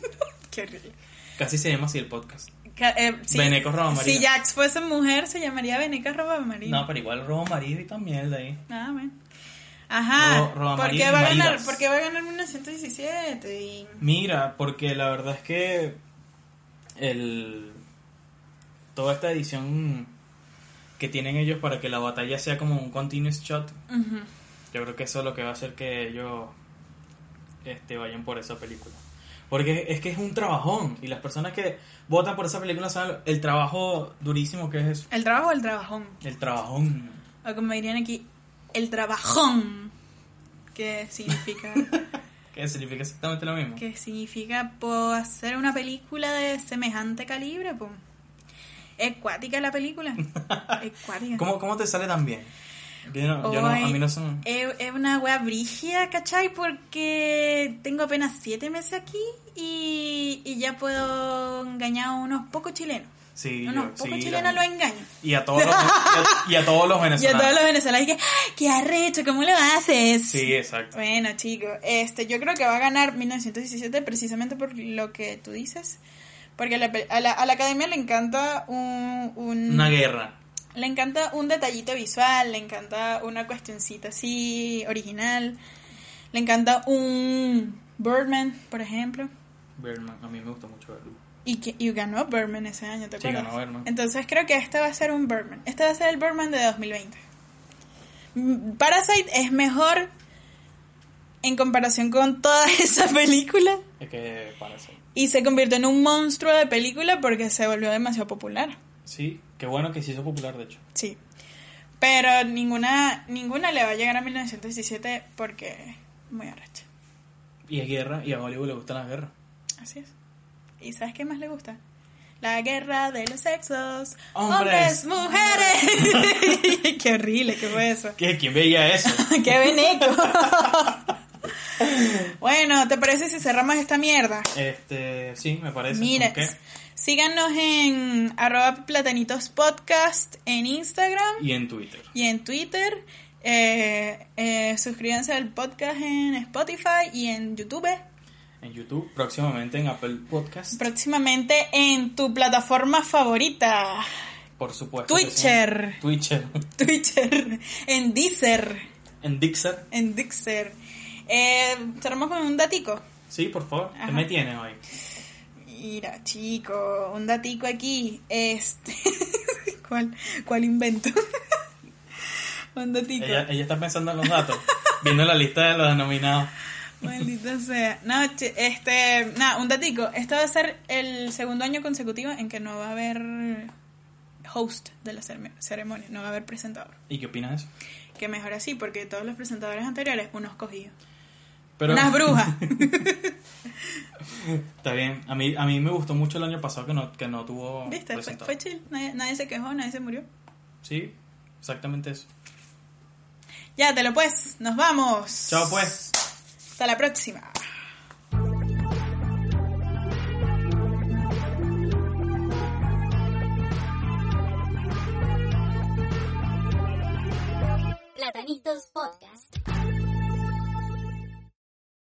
S1: Qué horrible.
S2: Casi se llama así el podcast.
S1: Ca- eh, si-
S2: Veneco Robamarido.
S1: Si Jax fuese mujer, se llamaría Veneca Robamarido.
S2: No, pero igual robamarido y también de ahí.
S1: Ah, bueno. Ajá.
S2: Ro- Robamarido
S1: ¿Por qué
S2: y
S1: va a ganar?
S2: Maridas.
S1: Porque va a ganar 1917 y
S2: Mira, porque la verdad es que el toda esta edición que tienen ellos para que la batalla sea como un continuous shot,
S1: Ujú.
S2: yo creo que eso es lo que va a hacer que ellos este, vayan por esa película. Porque es que es un trabajón y las personas que votan por esa película saben el trabajo durísimo que es eso.
S1: el trabajo o el trabajón.
S2: El trabajón.
S1: O como dirían aquí, el trabajón. Que significa
S2: Que significa exactamente lo mismo.
S1: que significa po, hacer una película de semejante calibre, pues. Ecuática la película. Ecuática.
S2: ¿Cómo, ¿Cómo te sale tan bien? Yo no- yo no- a mí no son...
S1: Es es una wea brígida, ¿cachai? Porque tengo apenas siete meses aquí y, y ya puedo engañar a unos pocos chilenos.
S2: Sí,
S1: unos
S2: yo-
S1: pocos
S2: sí, la-
S1: chilenos los engaño.
S2: Y a todos los, y a, y a todos los
S1: Y a
S2: venezolanos.
S1: todos los venezolanos dije, "Ah, qué arrecho, ¿cómo lo haces?
S2: Sí, exacto.
S1: Bueno, chicos, este, yo creo que va a ganar 1917 precisamente por lo que tú dices. Porque a la, pe- a la, a la academia le encanta un, un-
S2: Una guerra.
S1: Le encanta un detallito visual, le encanta una cuestioncita así original, le encanta un Birdman, por ejemplo.
S2: Birdman, a mí me gusta mucho verlo.
S1: Y, que, y ganó Birdman ese año, ¿te
S2: Sí,
S1: acuerdas?
S2: ganó Birdman.
S1: Entonces creo que este va a ser un Birdman. Este va a ser el Birdman de 2020. Mm, Parasite es mejor en comparación con toda esa película
S2: Es que parece.
S1: y se convirtió en un monstruo de película porque se volvió demasiado popular.
S2: Sí, qué bueno que se hizo popular, de hecho.
S1: Sí. Pero ninguna ninguna le va a llegar a 1917 porque es muy arrecha.
S2: Y es guerra, y a Hollywood le gustan las guerras.
S1: Así es. ¿Y sabes qué más le gusta? La guerra de los sexos.
S2: Hombres.
S1: Hombres, mujeres. qué horrible, qué fue eso.
S2: ¿Qué? ¿Quién veía eso?
S1: qué veneco. bueno, ¿te parece si cerramos esta mierda?
S2: este, sí, me parece.
S1: Mira,
S2: ¿Con qué?
S1: síganos en arroba platanitos podcast en Instagram.
S2: Y en Twitter.
S1: y en Twitter. Eh, eh, suscríbanse al podcast en Spotify y en YouTube.
S2: En YouTube, próximamente en Apple Podcast.
S1: Próximamente en tu plataforma favorita.
S2: Por supuesto. que sí.
S1: Twitcher.
S2: Twitcher.
S1: Twitcher. En Deezer.
S2: En Dixer.
S1: En Dixer. Eh, cerramos con un datico.
S2: Sí, por favor. ¿Qué
S1: Ajá.
S2: me tienes hoy?
S1: Mira, chico, un datico aquí. Este. ¿Cuál, cuál invento? un datico.
S2: Ella, ella está pensando en los datos. viendo la lista de los denominados.
S1: Maldita sea. No, che- este, nada, un datico. Este va a ser el segundo año consecutivo en que no va a haber host de la cerme- ceremonia, no va a haber presentador.
S2: ¿Y qué opinas de eso?
S1: Que mejor así, porque todos los presentadores anteriores, unos cogidos.
S2: Pero-
S1: Unas brujas.
S2: Está bien. A mí, a mí me gustó mucho el año pasado que no, que no tuvo
S1: ¿Viste? Fue,
S2: presentador.
S1: fue chill. Nadie, nadie se quejó, nadie se murió.
S2: Sí, exactamente eso.
S1: Ya, te lo pues. Nos vamos.
S2: Chao pues.
S1: Hasta la próxima.
S3: Platanitos Podcast.